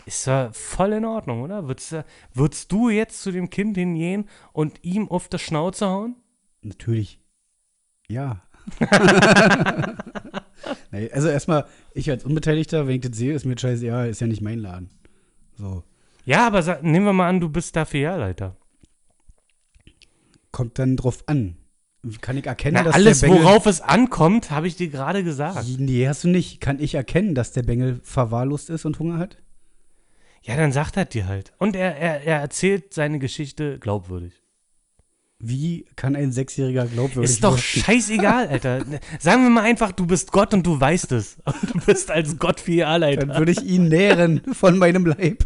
Ist ja voll in Ordnung, oder? Würdest, du- würdest du jetzt zu dem Kind hingehen und ihm auf die Schnauze hauen? Natürlich. Ja. nee, also erstmal, ich als Unbeteiligter, wenn ich das sehe, ist mir scheiße, ja, ist ja nicht mein Laden. So. Ja, aber sa- nehmen wir mal an, du bist da Filialleiter. Kommt dann drauf an. Kann ich erkennen, Na, dass alles, der Bengel... worauf es ankommt, habe ich dir gerade gesagt. Nee, hast du nicht. Kann ich erkennen, dass der Bengel verwahrlost ist und Hunger hat? Ja, dann sagt er dir halt. Und er, er, er erzählt seine Geschichte glaubwürdig. Wie kann ein Sechsjähriger glaubwürdig Ist doch wirken? scheißegal, Alter. Sagen wir mal einfach, du bist Gott und du weißt es. Und du bist als Gott Filialleiter. Dann würde ich ihn nähren von meinem Leib.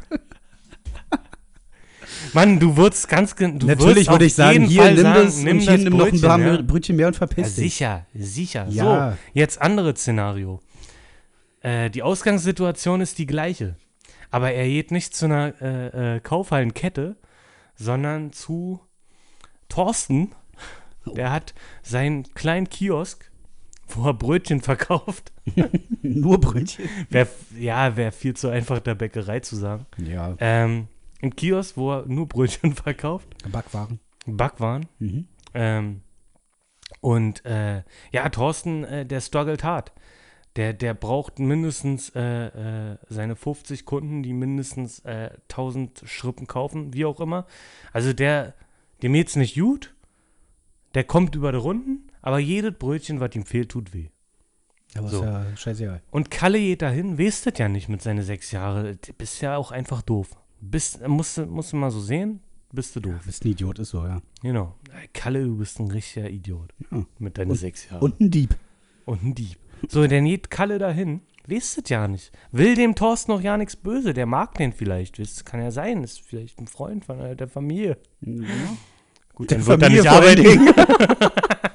Mann, du würdest ganz gen- du Natürlich würdest auf würde ich sagen, jeden hier Fall nimm sagen, das und hier das nimm noch ein Brötchen, paar ja. Brötchen mehr und ja, verpiss dich. sicher, sicher. Ja. So, jetzt anderes Szenario. Äh, die Ausgangssituation ist die gleiche. Aber er geht nicht zu einer äh, äh, Kaufhallenkette, sondern zu Thorsten. Der hat seinen kleinen Kiosk, wo er Brötchen verkauft. Nur Brötchen. Wär, ja, wäre viel zu einfach, der Bäckerei zu sagen. Ja, Ähm, Ein Kiosk, wo er nur Brötchen verkauft. Backwaren. Backwaren. Mhm. Ähm, und äh, ja, Thorsten, äh, der struggelt hart. Der, der braucht mindestens äh, äh, seine 50 Kunden, die mindestens äh, 1000 Schrippen kaufen, wie auch immer. Also der, dem geht's nicht gut. Der kommt über die Runden, aber jedes Brötchen, was ihm fehlt, tut weh. Aber So. ist ja scheißegal. Und Kalle geht dahin, westet ja nicht mit seinen sechs Jahren. Du Bist ja auch einfach doof. Bist, musst, du- musst du mal so sehen, bist du doof. Ja, bist ein Idiot, ist so, ja. Genau. Kalle, du bist ein richtiger Idiot. Ja. Mit deinen Und- sechs Jahren. Und ein Dieb. Und ein Dieb. So, dann geht Kalle dahin. Wisst es ja nicht. Will dem Thorsten noch ja nichts böse. Der mag den vielleicht. Wisst, kann ja sein. Ist vielleicht ein Freund von äh, der Familie. Gut, Der dann wird er Familie nicht vor allen arbeiten.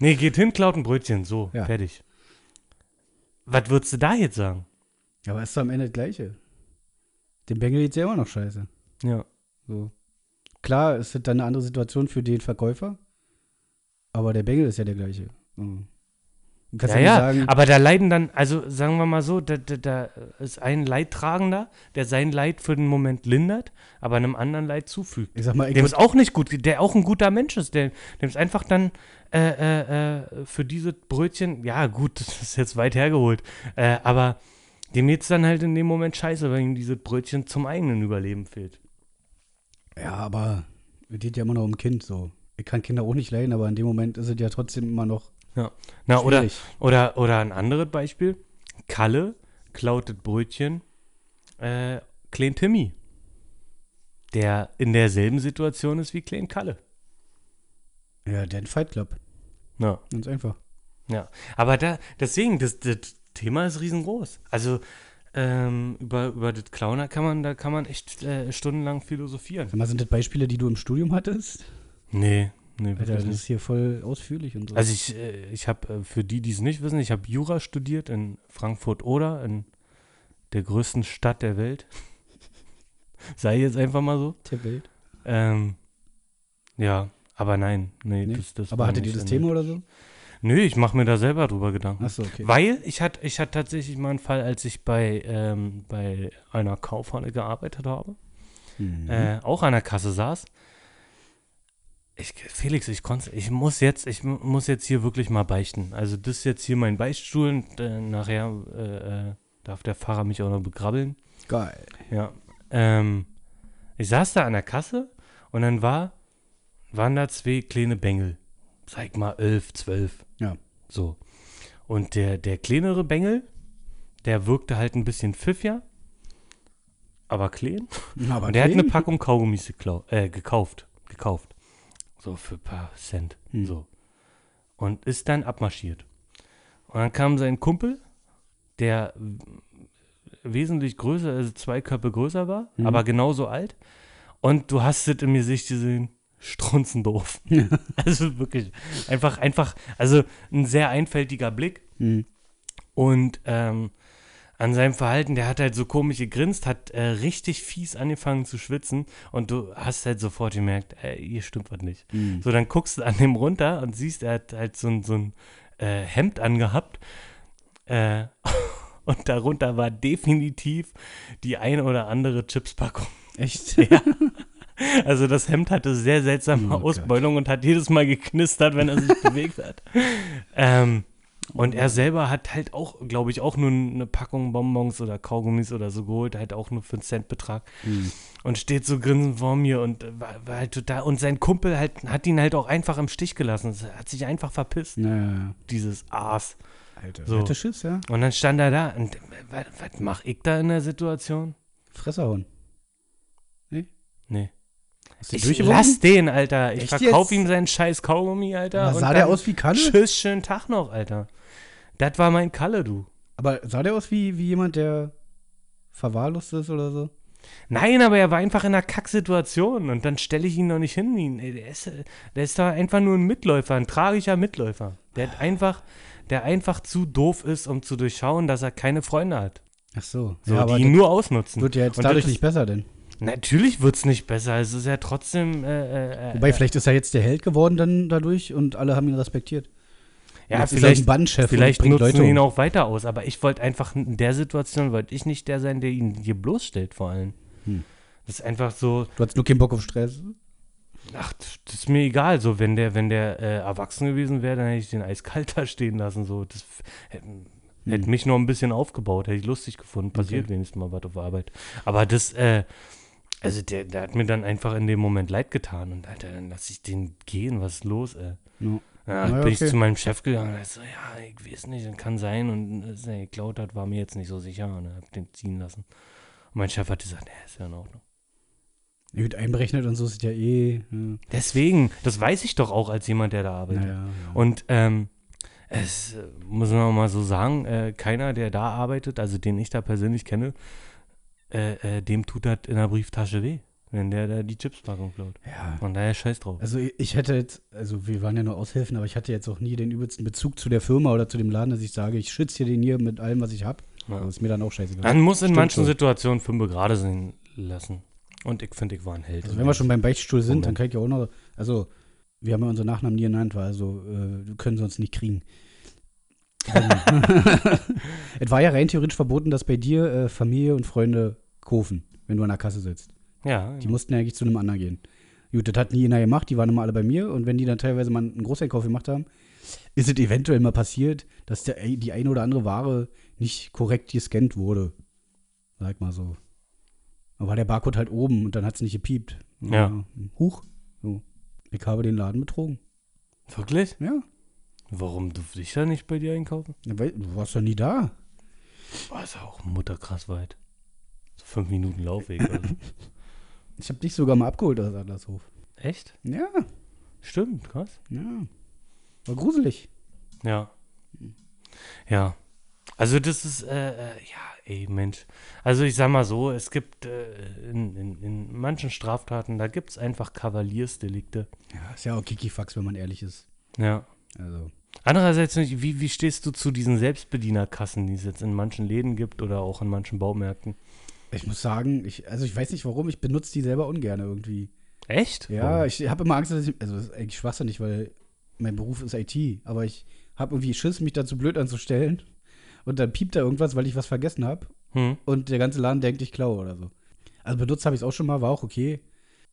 nee, geht hin, klaut ein Brötchen. So, Ja. fertig. Was würdest du da jetzt sagen? Aber ist doch am Ende das Gleiche. Dem Bengel geht's ja immer noch scheiße. Ja. So. Klar ist das dann eine andere Situation für den Verkäufer, aber der Bengel ist ja der gleiche. So. Du kannst Ja, ja, ja, nicht sagen, aber da leiden dann, also sagen wir mal so, da, da, da ist ein Leidtragender, der sein Leid für den Moment lindert, aber einem anderen Leid zufügt. ich sag mal, ich Dem würd- es auch nicht gut geht, der auch ein guter Mensch ist, der, dem es einfach dann äh, äh, äh, für diese Brötchen, ja gut, das ist jetzt weit hergeholt, äh, aber dem geht es dann halt in dem Moment scheiße, weil ihm diese Brötchen zum eigenen Überleben fehlt. Ja, aber es geht ja immer noch um Kind so. Ich kann Kinder auch nicht leiden, aber in dem Moment ist es ja trotzdem immer noch. Ja. Na, oder, Schwierig. oder, oder ein anderes Beispiel, Kalle klaut das Brötchen äh, Klein Timmy, der in derselben Situation ist wie Klein Kalle. Ja, der Fight Club. Ja. Ganz einfach. Ja, aber da, deswegen, das, das Thema ist riesengroß. Also ähm, über, über das Clowner kann man, da kann man echt äh, stundenlang philosophieren. Sag mal, sind das Beispiele, die du im Studium hattest? Nee, nee, Alter, wirklich das ist nicht. hier voll ausführlich und so. Also ich, äh, ich habe, äh, für die, die es nicht wissen, ich habe Jura studiert in Frankfurt-Oder, in der größten Stadt der Welt. Sei jetzt einfach mal so. der Welt. Ähm, ja, aber nein, nee, Nee, das, das aber war hattet ihr nicht das in der- Thema oder so? Nö, ich mache mir da selber drüber Gedanken. Achso, okay. Weil ich hatte ich hatte tatsächlich mal einen Fall, als ich bei, ähm, bei einer Kaufhalle gearbeitet habe, Mhm. äh, auch an der Kasse saß. Ich, Felix, ich konnte, ich muss jetzt, ich mu- muss jetzt hier wirklich mal beichten. Also das ist jetzt hier mein Beichtstuhl und äh, nachher, äh, äh, Darf der Fahrer mich auch noch begrabbeln? Geil. Ja. Ähm, ich saß da an der Kasse und dann war, waren da zwei kleine Bengel. Sag mal, elf, zwölf. Ja. So. Und der, der kleinere Bengel, der wirkte halt ein bisschen pfiffiger, aber klein. Hm, Aber Und der hat okay. eine Packung Kaugummis geklau- äh, gekauft. Gekauft. So für ein paar Cent. Hm. So. Und ist dann abmarschiert. Und dann kam sein Kumpel, der w- wesentlich größer, also zwei Köpfe größer war, Hm. aber genauso alt. Und du hast es im Gesicht gesehen, strunzendoof. also wirklich, einfach, einfach, also ein sehr einfältiger Blick. Hm. Und ähm, an seinem Verhalten, der hat halt so komisch gegrinst, hat äh, richtig fies angefangen zu schwitzen und du hast halt sofort gemerkt, äh, hier stimmt was nicht. Hm. So, dann guckst du an dem runter und siehst, er hat halt so ein, so ein äh, Hemd angehabt äh, und darunter war definitiv die eine oder andere Chipspackung. Echt? Also das Hemd hatte sehr seltsame Oh Gott. Ausbeulung und hat jedes Mal geknistert, wenn er sich bewegt hat. Ähm, Oh und er selber hat halt auch, glaube ich, auch nur eine Packung Bonbons oder Kaugummis oder so geholt, halt auch nur für einen Centbetrag Hm. und steht so grinsend vor mir und äh, war, war halt total. Und sein Kumpel halt, hat ihn halt auch einfach im Stich gelassen. Es hat sich einfach verpisst, Naja. dieses Aas. Alter. So. Alter Schiss, ja. Und dann stand er da und äh, wa- was mach ich da in der Situation? Fresserhauen. Nee. Hast dich Ich durchgewunken? lass den, Alter. Ich Echt verkauf jetzt? ihm seinen scheiß Kaugummi, Alter. Aber und sah der dann- aus wie Kalle? Tschüss, schönen Tag noch, Alter. Das war mein Kalle, du. Aber sah der aus wie, wie jemand, der verwahrlost ist oder so? Nein, aber er war einfach in einer Kacksituation und dann stelle ich ihn noch nicht hin. Ihn- ey, Der ist, äh, der ist da einfach nur ein Mitläufer, ein tragischer Mitläufer. Der hat einfach, der einfach zu doof ist, um zu durchschauen, dass er keine Freunde hat. Ach so. So, ja, aber die ihn nur ausnutzen. wird ja jetzt Und dadurch das- nicht besser, denn. Natürlich wird's nicht besser. Es ist ja trotzdem. Äh, äh, äh, Wobei, vielleicht ist er jetzt der Held geworden dann dadurch und alle haben ihn respektiert. ja, Jetzt ist er vielleicht ein Bandchef Vielleicht und bringt nutzen Leute wir ihn um. auch weiter aus, aber ich wollte einfach in der Situation, wollte ich nicht der sein, der ihn hier bloßstellt, vor allem. Hm. Das ist einfach so, Du hattest nur keinen Bock auf Stress. ach, das das ist mir egal, so, wenn der, wenn der äh, erwachsen gewesen wäre, dann hätte ich den eiskalt da stehen lassen, so, das f- hätte, Hm. hätte mich noch ein bisschen aufgebaut, hätte ich lustig gefunden, passiert wenigstens mal was auf Arbeit. Aber das, äh, also der, der hat mir dann einfach in dem Moment leid getan und Alter, dann lass ich den gehen, was ist los, ey. No. Ja, Na ja, bin ich okay. zu meinem Chef gegangen und hab so, ja, ich weiß nicht, das kann sein. Und dass er geklaut hat, war mir jetzt nicht so sicher und hab den ziehen lassen. Und mein Chef hat gesagt, nee, ist ja in Ordnung. Wird einberechnet und so ist es ja eh. Ja. Deswegen, das weiß ich doch auch als jemand, der da arbeitet. Naja. ja. Und ähm, es äh, muss man auch mal so sagen, äh, keiner, der da arbeitet, also den ich da persönlich kenne, äh, äh, dem tut das in der Brieftasche weh, wenn der da die Chipspackung klaut. ja. Von daher scheiß drauf. Also ich ich hätte jetzt, also wir waren ja nur Aushilfen, aber ich hatte jetzt auch nie den übelsten Bezug zu der Firma oder zu dem Laden, dass ich sage, ich schütze hier den hier mit allem, was ich habe. Ja. Das Also ist mir dann auch scheißegal. Man muss in Stimmt manchen schon. Situationen fünf gerade sehen lassen. Und ich finde, ich war ein Held. Also wenn wir schon beim Beichtstuhl sind, Moment. dann kann ich ja auch noch, also wir haben ja unseren Nachnamen nie genannt, weil also äh, wir können sie uns nicht kriegen. Ähm, es war ja rein theoretisch verboten, dass bei dir äh, Familie und Freunde kaufen, wenn du an der Kasse sitzt. Ja, Die mussten ja eigentlich zu einem anderen gehen. Gut, das hat nie einer gemacht, die waren immer alle bei mir und wenn die dann teilweise mal einen Großeinkauf gemacht haben, ist es eventuell mal passiert, dass der, die eine oder andere Ware nicht korrekt gescannt wurde. Sag mal so. Da war der Barcode halt oben und dann hat es nicht gepiept. Ja. Huch. So. Ich habe den Laden betrogen. wirklich? Ja. Warum durfte ich da nicht bei dir einkaufen? Ja, weil- Du warst doch nie da. War es auch mutterkrass weit. So fünf Minuten Laufweg. oder so. Ich habe dich sogar mal abgeholt aus Adlershof. Echt? Ja, Stimmt, krass. ja. War gruselig. Ja. Ja. Also das ist, äh, äh, ja, ey, Mensch. Also ich sag mal so, es gibt äh, in, in, in manchen Straftaten, da gibt es einfach Kavaliersdelikte. Ja, ist ja auch Kikifax, wenn man ehrlich ist. Ja. Also. Andererseits, wie, wie stehst du zu diesen Selbstbedienerkassen, die es jetzt in manchen Läden gibt oder auch in manchen Baumärkten? Ich muss sagen, ich, also ich weiß nicht warum, ich benutze die selber ungern irgendwie. Echt? Ja, Oh. ich habe immer Angst, dass ich, also das ist eigentlich schwachsinnig, weil mein Beruf ist IT, aber ich habe irgendwie Schiss, mich dazu blöd anzustellen und dann piept da irgendwas, weil ich was vergessen habe Hm? und der ganze Laden denkt, ich klaue oder so. Also benutzt habe ich es auch schon mal, war auch okay.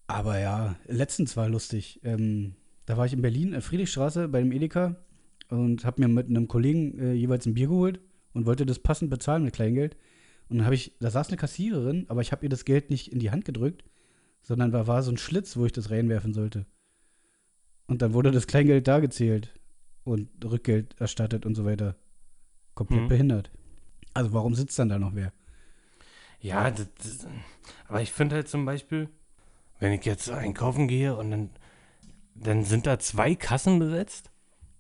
Aber ja, letztens war lustig. Ähm, da war ich in Berlin, äh, Friedrichstraße, bei dem Edeka und habe mir mit einem Kollegen äh, jeweils ein Bier geholt und wollte das passend bezahlen mit Kleingeld. Und dann habe ich, da saß eine Kassiererin, aber ich habe ihr das Geld nicht in die Hand gedrückt, sondern da war so ein Schlitz, wo ich das reinwerfen sollte. Und dann wurde das Kleingeld da gezählt und Rückgeld erstattet und so weiter. Komplett Mhm. behindert. Also warum sitzt dann da noch wer? Ja, das, das, aber ich finde halt zum Beispiel, wenn ich jetzt einkaufen gehe und dann, dann sind da zwei Kassen besetzt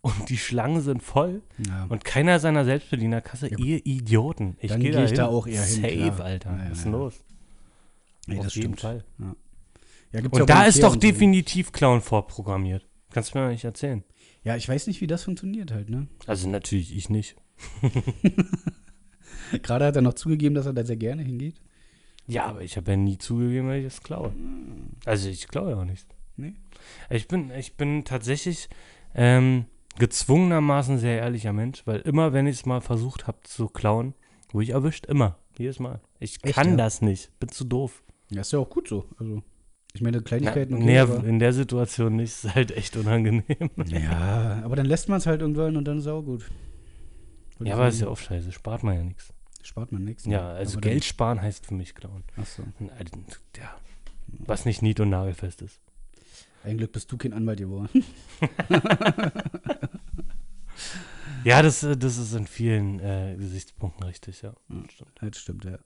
und die Schlangen sind voll Ja. und keiner seiner Selbstbedienerkasse, Ja. ihr Idioten. Ich Dann gehe geh ich hin. da auch eher hin, Safe, klar. Alter. Ja, ja, Was ist ja. denn los? Nee, Auf das jeden stimmt. Fall. Ja, gibt's Und ja auch also. da beim ist Kehr doch und so. definitiv Clown vorprogrammiert. Kannst du mir doch nicht erzählen. Ja, ich weiß nicht, wie das funktioniert halt, ne? Also natürlich ich nicht. Gerade hat er noch zugegeben, dass er da sehr gerne hingeht. Ja, aber ich habe ja nie zugegeben, dass ich es klaue. Also ich klaue ja auch nichts. Nee. Ich bin, ich bin tatsächlich ähm, gezwungenermaßen sehr ehrlicher Mensch, weil immer, wenn ich es mal versucht habe zu klauen, wurde ich erwischt. Immer. Jedes Mal. Ich Echt, kann ja? das nicht. Bin zu doof. Ja, ist ja auch gut so. Also, ich meine, Na, Kleinigkeiten okay, nee, aber- in der Situation nicht. Ist halt echt unangenehm. Ja, aber dann lässt man es halt irgendwann und dann ist auch gut. Ja, aber ist ja auch scheiße. Spart man ja nichts. Spart man nichts. ne? Ja, also Aber dann- Geld sparen heißt für mich klauen. Ach so. Und, äh, Ja, was nicht nied- und nagelfest ist. Ein Glück bist du kein Anwalt geworden. Ja, das, äh, das ist in vielen äh, Gesichtspunkten richtig, ja. Stimmt. das stimmt, ja.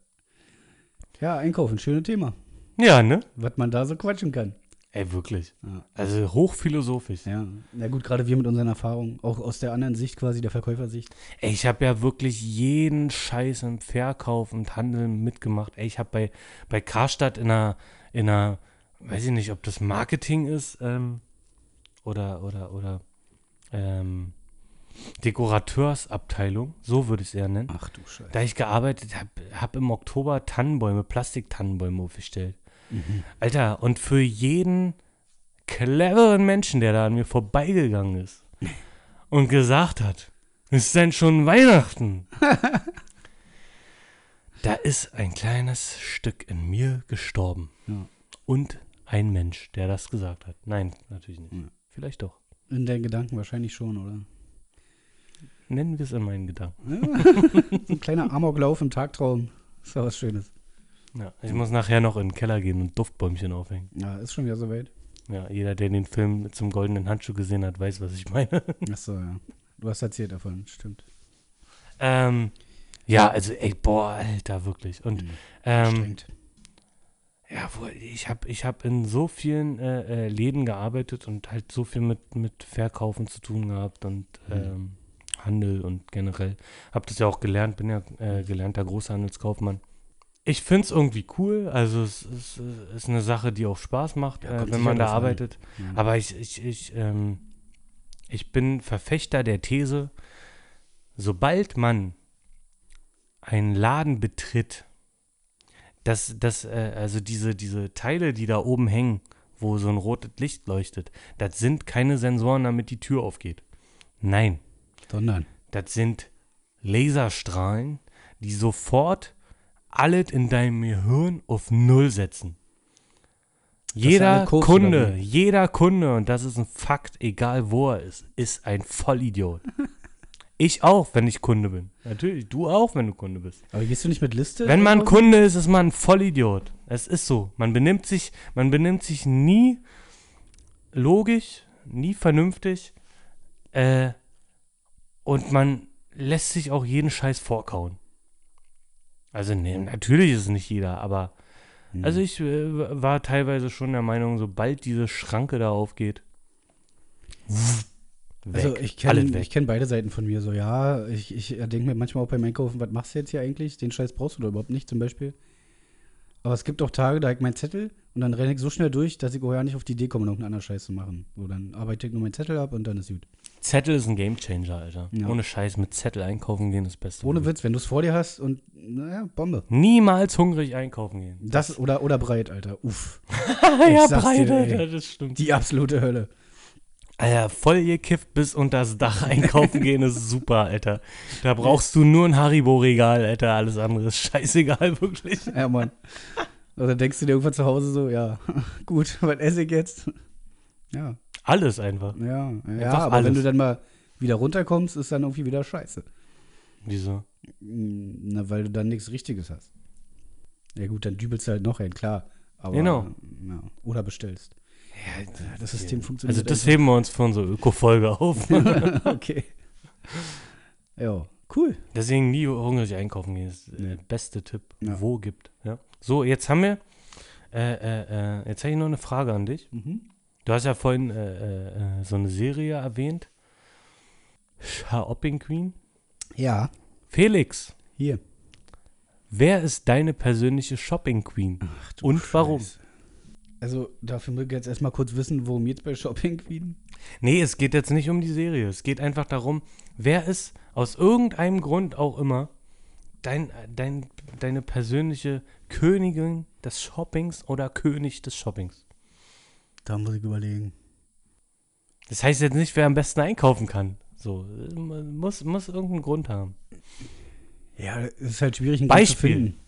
Ja, einkaufen, schönes Thema. Ja, ne? Was man da so quatschen kann. Ey, wirklich. Ja. Also hochphilosophisch. Ja, na gut, gerade wir mit unseren Erfahrungen, auch aus der anderen Sicht quasi, der Verkäufersicht. Ey, ich habe ja wirklich jeden Scheiß im Verkauf und Handeln mitgemacht. Ey, ich habe bei, bei Karstadt in einer, in einer, weiß ich nicht, ob das Marketing ist ähm, oder, oder, oder ähm, Dekorateursabteilung, so würde ich es eher nennen. Ach du Scheiße. Da ich gearbeitet habe, habe im Oktober Tannenbäume, Plastiktannenbäume aufgestellt. Mhm. Alter, und für jeden cleveren Menschen, der da an mir vorbeigegangen ist und gesagt hat, ist denn schon Weihnachten? da ist ein kleines Stück in mir gestorben. Ja. Und ein Mensch, der das gesagt hat. Nein, natürlich nicht. Ja. Vielleicht doch. In den Gedanken wahrscheinlich schon, oder? Nennen wir es in meinen Gedanken. So ein kleiner Amoklauf im Tagtraum. Ist ja was Schönes. Ja, ich muss nachher noch in den Keller gehen und Duftbäumchen aufhängen. Ja, ist schon wieder soweit. Ja, jeder, der den Film zum goldenen Handschuh gesehen hat, weiß, was ich meine. Ach so, ja. Du hast erzählt davon, stimmt. ähm, ja, also ey, boah, Alter, wirklich. Und Mhm. ähm, Anstrengend. ja, wo- ich habe ich hab in so vielen äh, äh, Läden gearbeitet und halt so viel mit, mit Verkaufen zu tun gehabt und Mhm. ähm, Handel und generell. Habe das ja auch gelernt, bin ja äh, gelernter Großhandelskaufmann. Ich finde es irgendwie cool, also es ist, es ist eine Sache, die auch Spaß macht, Ja, kommt äh, wenn sicher man da drauf an. arbeitet. Ja. Aber ich, ich, ich, ähm, ich bin Verfechter der These, sobald man einen Laden betritt, dass, dass äh, also diese, diese Teile, die da oben hängen, wo so ein rotes Licht leuchtet, das sind keine Sensoren, damit die Tür aufgeht. Nein. Sondern. Das sind Laserstrahlen, die sofort alles in deinem Gehirn auf Null setzen. er Jeder eine Kurve Kunde, oder wie? jeder Kunde, und das ist ein Fakt, egal wo er ist, ist ein Vollidiot. Ich auch, wenn ich Kunde bin. Natürlich, du auch, wenn du Kunde bist. Aber gehst du nicht mit Liste? Wenn man einkaufen? Kunde ist, ist man ein Vollidiot. Es ist so. Man benimmt sich, man benimmt sich nie logisch, nie vernünftig. Äh, und man lässt sich auch jeden Scheiß vorkauen. Also, nee, Hm. natürlich ist es nicht jeder, aber. Also, ich äh, war teilweise schon der Meinung, sobald diese Schranke da aufgeht. Weg. Also ich Alles kenne weg. kenn beide Seiten von mir so, ja, ich, ich denke mir manchmal auch beim Einkaufen, was machst du jetzt hier eigentlich? Den Scheiß brauchst du da überhaupt nicht zum Beispiel. Aber es gibt auch Tage, da hab ich meinen Zettel und dann renne ich so schnell durch, dass ich auch ja nicht auf die Idee komme, noch einen anderen Scheiß zu machen. So, dann arbeite ich nur meinen Zettel ab und dann ist gut. Zettel ist ein Gamechanger, Alter. Ja. Ohne Scheiß mit Zettel einkaufen gehen ist das Beste. Ohne Witz, wenn du es vor dir hast und, naja, Bombe. Niemals hungrig einkaufen gehen. Das oder, oder breit, Alter. Uff. ja, sag's dir, breite, ey. ja, das stimmt. Die absolute Hölle. Alter, voll gekifft bis unter das Dach einkaufen gehen ist super, Alter. Da brauchst du nur ein Haribo-Regal, Alter. Alles andere ist scheißegal, wirklich. Ja, Mann. Oder denkst du dir irgendwann zu Hause so, ja, gut, was esse ich jetzt? Ja, Alles einfach. ja, ja. Einfach aber alles. wenn du dann mal wieder runterkommst, ist dann irgendwie wieder scheiße. Hm, Wieso? Na, weil du dann nichts Richtiges hast. Ja gut, dann dübelst du halt noch ein, klar. Aber, Genau. Ja, oder bestellst. Ja, das System funktioniert. Also das heben wir uns für unsere Öko-Folge auf. einfach. okay. Ja, cool. Deswegen nie hungrig einkaufen gehen. Das ist der Nee. beste Tipp, Ja. wo gibt. Ja. So, jetzt haben wir. Äh, äh, äh, jetzt habe ich noch eine Frage an dich. Mhm. Du hast ja vorhin äh, äh, äh, so eine Serie erwähnt. Shopping Queen. Ja, Felix, hier. wer ist deine persönliche Shopping Queen? Und warum? Also dafür muss ich jetzt erstmal kurz wissen, worum jetzt bei Shopping Queen. Nee, es geht jetzt nicht um die Serie. Es geht einfach darum, wer ist aus irgendeinem Grund auch immer dein, äh, dein, deine persönliche Königin des Shoppings oder König des Shoppings. Da muss ich überlegen. Das heißt jetzt nicht, wer am besten einkaufen kann. So, äh, man muss, muss irgendeinen Grund haben. Ja, es ist halt schwierig, einen Beispiel. Grund zu finden.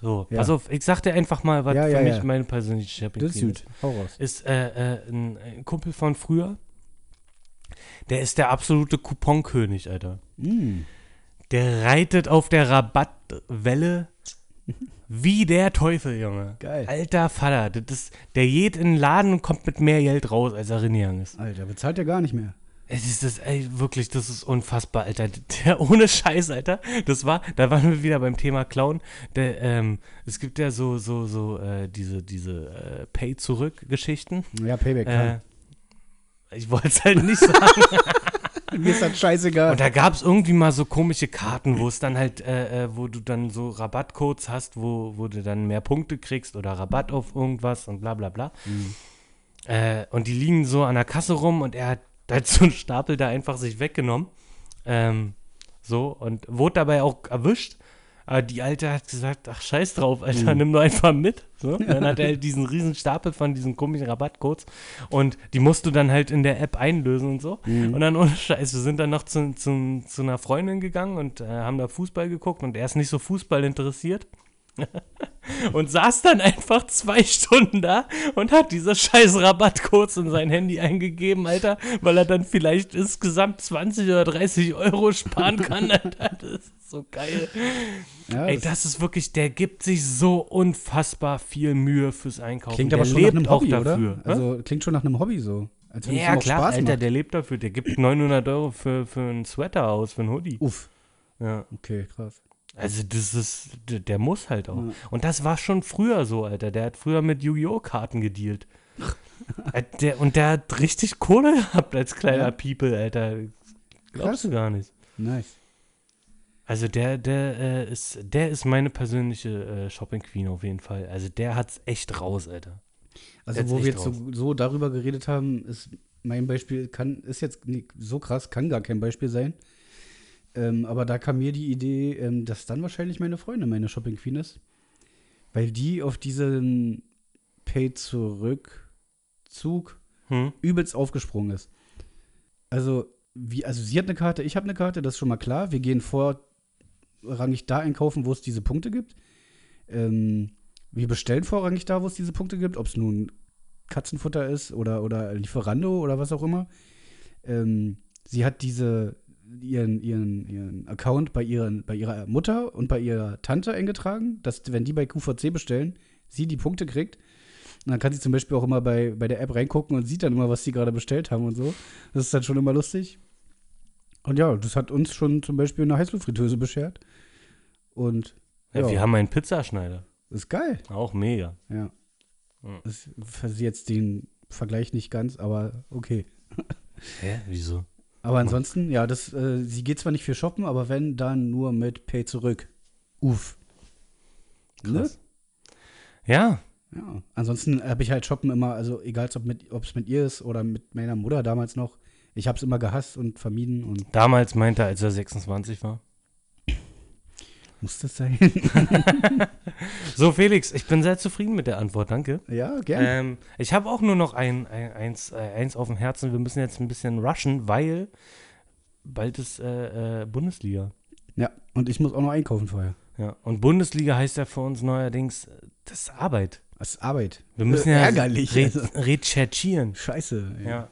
So, Ja. pass auf, ich sag dir einfach mal, was Ja, für ja, mich ja. meine persönliche Shopping Das ist Queen ist. gut. Hau raus. ist äh, äh, ein, ein Kumpel von früher. Der ist der absolute Couponkönig, Alter. Mm. Der reitet auf der Rabattwelle wie der Teufel, Junge. Geil. Alter Vater, das ist, der geht in den Laden und kommt mit mehr Geld raus, als er reingegangen ist. Alter, bezahlt ja gar nicht mehr. Es ist das, ey, wirklich, das ist unfassbar, Alter. Der, ohne Scheiß, Alter. Das war, da waren wir wieder beim Thema Clown. Der, ähm, es gibt ja so, so, so, äh, diese, diese äh, Pay-Zurück-Geschichten. Ja, Payback. Äh, klar. ich wollte es halt nicht sagen. Mir ist das scheißegal. Und da gab es irgendwie mal so komische Karten, wo es dann halt, äh, äh, wo du dann so Rabattcodes hast, wo, wo du dann mehr Punkte kriegst oder Rabatt auf irgendwas und bla bla bla. Hm. Äh, und die liegen so an der Kasse rum und er hat halt so einen Stapel da einfach sich weggenommen. Ähm, so und wurde dabei auch erwischt. Aber die Alte hat gesagt, ach scheiß drauf, Alter, nimm nur einfach mit. So, und dann hat er halt diesen riesen Stapel von diesen komischen Rabattcodes und die musst du dann halt in der App einlösen und so. Und dann ohne Scheiß, wir sind dann noch zu, zu, zu einer Freundin gegangen und äh, haben da Fußball geguckt und er ist nicht so Fußball interessiert und saß dann einfach zwei Stunden da und hat diese scheiß Rabattcodes in sein Handy eingegeben, Alter, weil er dann vielleicht insgesamt 20 oder 30 Euro sparen kann, Alter. Das ist so geil. ja, Ey, das ist wirklich, der gibt sich so unfassbar viel Mühe fürs Einkaufen. Klingt der aber schon nach lebt einem Hobby, auch oder? dafür. Hä? Also klingt schon nach einem Hobby so. Als wenn es ja, ihm auch klar, Spaß Alter, macht. der lebt dafür. Der gibt 900 Euro für, für einen Sweater aus, für einen Hoodie. Uff, Ja. okay, krass. Also das ist, d- der muss halt auch. Und das war schon früher so, Alter. Der hat früher mit Yu-Gi-Oh! Karten gedealt. Äh, der, und der hat richtig Kohle gehabt als kleiner Ja. People, Alter. Glaubst Krass. du gar nicht. Nice. Also der, der äh, ist, der ist meine persönliche äh, Shopping Queen auf jeden Fall. Also der hat's echt raus, Alter. Also Jetzt wo wir echt jetzt so, so darüber geredet haben, ist mein Beispiel kann ist jetzt nee, so krass, kann gar kein Beispiel sein. Ähm, aber da kam mir die Idee, ähm, dass dann wahrscheinlich meine Freundin meine Shopping Queen ist, weil die auf diesen Pay zurück Zug Hm? übelst aufgesprungen ist. Also, wie, also sie hat eine Karte, ich habe eine Karte, das ist schon mal klar. Wir gehen vorrangig da einkaufen, wo es diese Punkte gibt. Ähm, wir bestellen vorrangig da, wo es diese Punkte gibt, ob es nun Katzenfutter ist oder, oder Lieferando oder was auch immer. Ähm, sie hat diese ihren, ihren, ihren Account bei, ihren, bei ihrer Mutter und bei ihrer Tante eingetragen, dass wenn die bei QVC bestellen, sie die Punkte kriegt. Und dann kann sie zum Beispiel auch immer bei, bei der App reingucken und sieht dann immer, was die gerade bestellt haben und so. Das ist dann schon immer lustig. Und ja, das hat uns schon zum Beispiel eine Heißluftfritteuse beschert. Und Ja, Ja. Wir haben einen Pizzaschneider. ist geil. Auch mega. Ja. Mhm. Das ist jetzt den Vergleich nicht ganz, aber okay. Hä? Wieso? Aber ansonsten, ja, das, äh, sie geht zwar nicht für shoppen, aber wenn, dann nur mit Pay zurück. Uff. Ne? Krass. Ja, Ja. Ansonsten habe ich halt shoppen immer, also egal, ob es mit, ob's mit ihr ist oder mit meiner Mutter damals noch, ich habe es immer gehasst und vermieden und damals meinte er, als er 26 war. muss das sein? So, Felix, ich bin sehr zufrieden mit der Antwort, danke. ja, gerne. Ähm, ich habe auch nur noch ein, ein, eins, äh, eins auf dem Herzen. Wir müssen jetzt ein bisschen rushen, weil bald ist äh, äh, Bundesliga. Ja, und ich muss auch noch einkaufen vorher. Ja. Und Bundesliga heißt ja für uns neuerdings, äh, das ist Arbeit. Das ist Arbeit. Wir müssen Äh, ja ärgerlich, re also. recherchieren. Scheiße. ey. Ja.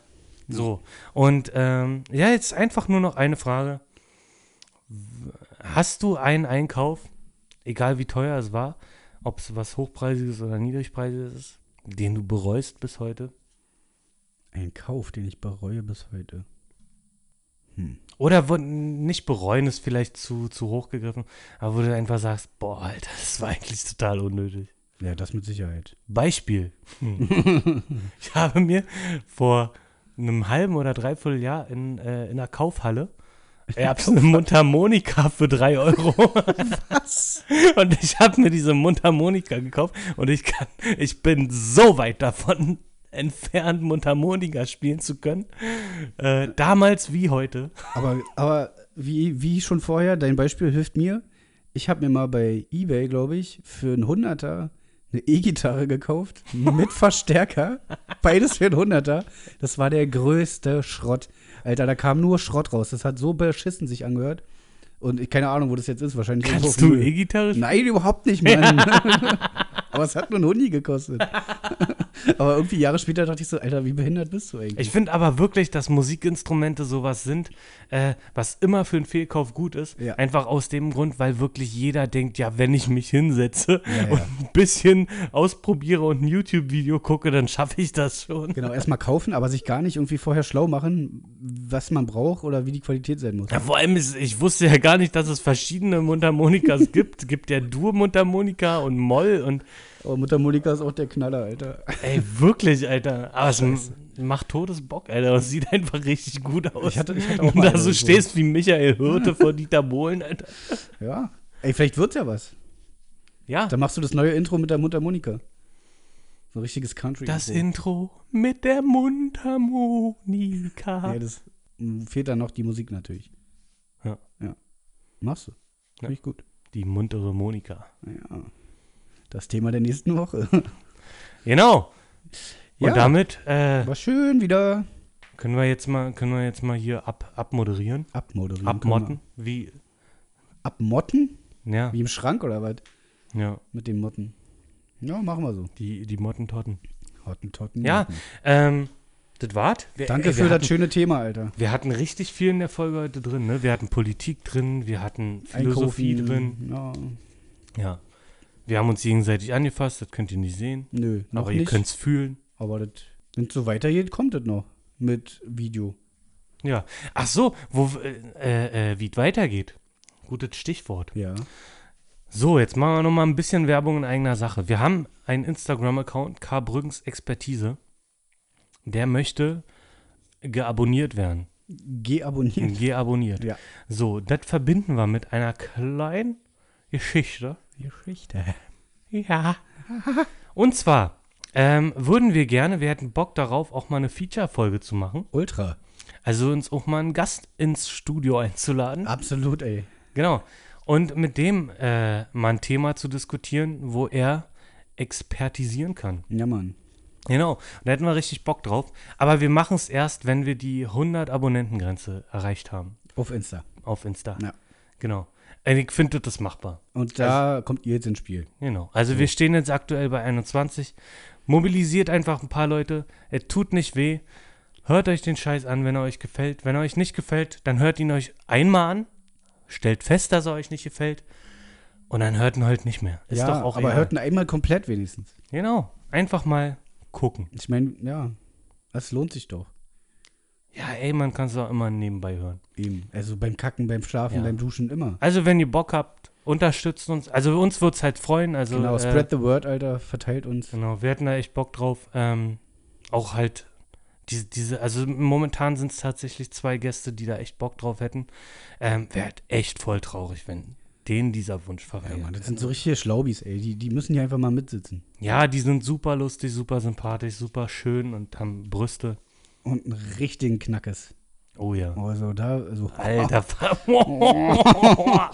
So. Und ähm, ja, jetzt einfach nur noch eine Frage. W- Hast du einen Einkauf, egal wie teuer es war, ob es was Hochpreisiges oder Niedrigpreisiges ist, den du bereust bis heute? Ein Kauf, den ich bereue bis heute. Oder wo, nicht bereuen ist vielleicht zu, zu hoch gegriffen, aber wo du einfach sagst, boah, Alter, das war eigentlich total unnötig. Ja, das mit Sicherheit. Beispiel. Hm. ich habe mir vor einem halben oder dreiviertel Jahr in, äh, in einer Kaufhalle äh, Erbsen in Mundharmonika für drei Euro. Was? Und ich habe mir diese Mundharmonika gekauft und ich kann, ich bin so weit davon entfernt, Mundharmonika spielen zu können. Äh, damals wie heute. Aber, aber wie, wie schon vorher, dein Beispiel hilft mir. Ich habe mir mal bei Ebay, glaube ich, für einen Hunderter eine E-Gitarre gekauft mit Verstärker. Beides für einen Hunderter. Das war der größte Schrott. Alter, da kam nur Schrott raus. Das hat so beschissen sich angehört. Und ich keine Ahnung, wo das jetzt ist. Wahrscheinlich irgendwo Kannst auf du Müll. E-Gitarre spielen? Nein, überhaupt nicht, Mann. aber es hat nur ein Hundi gekostet. aber irgendwie Jahre später dachte ich so, Alter, wie behindert bist du eigentlich? Ich finde aber wirklich, dass Musikinstrumente sowas sind, äh, was immer für einen Fehlkauf gut ist. Ja. Einfach aus dem Grund, weil wirklich jeder denkt, ja, wenn ich mich hinsetze ja. und ein bisschen ausprobiere und ein YouTube-Video gucke, dann schaffe ich das schon. Genau, erstmal kaufen, aber sich gar nicht irgendwie vorher schlau machen, was man braucht oder wie die Qualität sein muss. Ja, vor allem, ist, ich wusste ja gar nicht, dass es verschiedene Mundharmonikas gibt. Es gibt ja Dur-Mundharmonika und Moll und Oh, Mutter Monika ist auch der Knaller, Alter. ey, wirklich, Alter. Aber es m- macht totes Bock, Alter. Es sieht einfach richtig gut aus. Ich hatte- ich hatte auch und mal da eine so so. stehst wie Michael Hirte vor Dieter Bohlen, Alter. Ja. Ey, vielleicht wird's ja was. Ja. Dann machst du das neue Intro mit der Mutter Monika. So ein richtiges Country. Das Intro. Intro mit der Mundharmonika. Ja, das m, fehlt dann noch die Musik natürlich. Ja. Ja. Machst du. Ja. Finde ich gut. Die muntere Monika. Ja. Das Thema der nächsten Woche. Genau. Ja. Und damit äh, War schön wieder können wir jetzt mal können wir jetzt mal hier ab, abmoderieren, abmoderieren. abmotten, wie Können wir. Abmotten? ja, Wie im Schrank oder was? ja, Mit den Motten. Ja, machen wir so. die die Mottentotten. Hottentotten. Ja, ähm das war's. Wir- Danke ey, für wir das hatten, schöne Thema, Alter. Wir hatten richtig viel in der Folge heute drin, ne? Wir hatten Politik drin, wir hatten Philosophie drin. Ja, Ja. Wir haben uns gegenseitig angefasst, das könnt ihr nicht sehen, nö, noch aber nicht. ihr könnt's fühlen. aber das, wenn es so weitergeht, kommt das noch mit Video. Ja. Ach so, wo, äh, äh, wie es weitergeht. Gutes Stichwort. Ja. So, jetzt machen wir noch mal ein bisschen Werbung in eigener Sache. Wir haben einen Instagram-Account, K. Brüggens Expertise. Der möchte geabonniert werden. Geh Hm. abonnieren. Geabonniert. Hm. Ja. So, das verbinden wir mit einer kleinen Geschichte. Geschichte. Ja. Und zwar ähm, würden wir gerne, wir hätten Bock darauf, auch mal eine Feature-Folge zu machen. Ultra. Also uns auch mal einen Gast ins Studio einzuladen. Absolut, ey. Genau. Und mit dem äh, mal ein Thema zu diskutieren, wo er expertisieren kann. Ja, Mann. Genau. Und da hätten wir richtig Bock drauf. Aber wir machen es erst, wenn wir die 100 Abonnentengrenze erreicht haben Auf Insta. auf Insta. Ja. Genau. Und ich finde das ist machbar. Und da kommt ihr jetzt ins Spiel. Genau. Also wir stehen jetzt aktuell bei 21. Mobilisiert einfach ein paar Leute. Es tut nicht weh. Hört euch den Scheiß an, wenn er euch gefällt. Wenn er euch nicht gefällt, dann hört ihn euch einmal an. Stellt fest, dass er euch nicht gefällt. Und dann hört ihn halt nicht mehr. Ist ja, doch auch aber egal. hört ihn einmal komplett wenigstens. Genau. Einfach mal gucken. Ich meine, ja, das lohnt sich doch. Ja, ey, man kann es auch immer nebenbei hören. Eben. Also beim Kacken, beim Schlafen, Ja. beim Duschen immer. Also, wenn ihr Bock habt, unterstützt uns. Also, uns würde es halt freuen. Also, Genau, äh, spread the word, Alter. Verteilt uns. Genau, wir hatten da echt Bock drauf. Ähm, auch halt diese, diese, also momentan sind es tatsächlich zwei Gäste, die da echt Bock drauf hätten. Ähm, Wäre halt echt voll traurig, wenn denen dieser Wunsch Ja, verwehrt. Mann, wird. das sind so richtige Schlaubis, ey. Die, die müssen hier einfach mal mitsitzen. ja, die sind super lustig, super sympathisch, super schön und haben Brüste. Und einen richtigen Knackes. Oh ja. Also da, also. Alter, da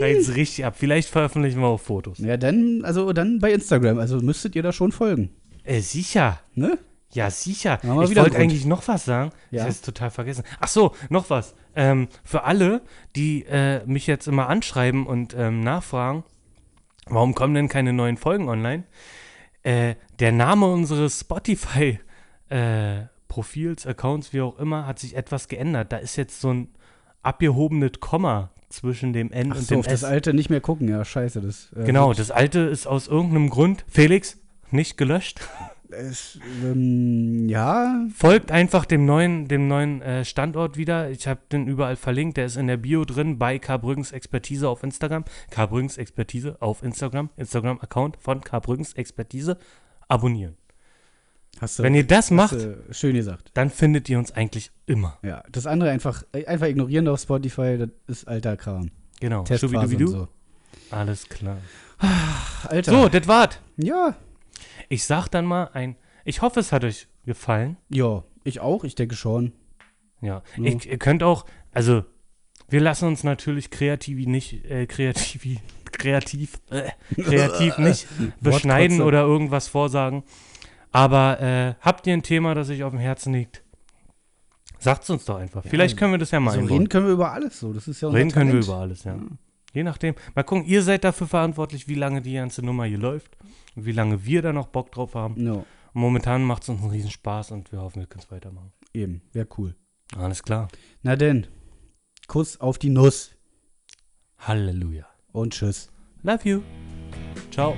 geht's richtig ab. Vielleicht veröffentlichen wir auch Fotos. Ja, dann, also dann bei Instagram. Also müsstet ihr da schon folgen. Äh, sicher. Ne? Ja, sicher. Ich Haben wir wieder einen wollte Grund. eigentlich noch was sagen. Ich Ja. habe es total vergessen. Ach so, noch was. Ähm, für alle, die äh, mich jetzt immer anschreiben und ähm, nachfragen, warum kommen denn keine neuen Folgen online? Äh, der Name unseres Spotify äh, Profils, Accounts, wie auch immer, hat sich etwas geändert. Da ist jetzt so ein abgehobenes Komma zwischen dem N Ach und so, dem auf das S. alte nicht mehr gucken, ja, scheiße. Das, äh, genau, das alte ist aus irgendeinem Grund, Felix, nicht gelöscht. Es, ähm, ja, Folgt einfach dem neuen, dem neuen äh, Standort wieder. Ich habe den überall verlinkt. Der ist in der Bio drin bei K. Brüggens Expertise auf Instagram. K. Brüggens Expertise auf Instagram. Instagram-Account von K. Brüggens Expertise. Abonnieren. hast du, Wenn ihr das hast macht, du schön gesagt. dann findet ihr uns eigentlich immer. Ja, das andere einfach, äh, einfach ignorieren auf Spotify, das ist alter Kram. Genau. Testphase und Schubidubidu. so. Alles klar. Ach, Alter. So, das war's. Ja. Ich sag dann mal ein. Ich hoffe, es hat euch gefallen. Ja, ich auch, ich denke schon. Ja. Ja. Ich, ihr könnt auch, also, wir lassen uns natürlich kreativ nicht, äh, kreativ, kreativ, äh, kreativ nicht beschneiden Wortkotze. oder irgendwas vorsagen. Aber äh, habt ihr ein Thema, das euch auf dem Herzen liegt? Sagt's uns doch einfach. Vielleicht können wir das ja mal So einbauen. reden können wir über alles so. Das ist ja unser Reden können wir Mhm. Talent. über alles, ja. Je nachdem. Mal gucken, ihr seid dafür verantwortlich, wie lange die ganze Nummer hier läuft, wie lange wir da noch Bock drauf haben. No, Momentan macht es uns einen Riesenspaß und wir hoffen, wir können es weitermachen. eben. Wäre cool. Alles klar. Na denn, Kuss auf die Nuss Halleluja. und Tschüss. Love you. Ciao.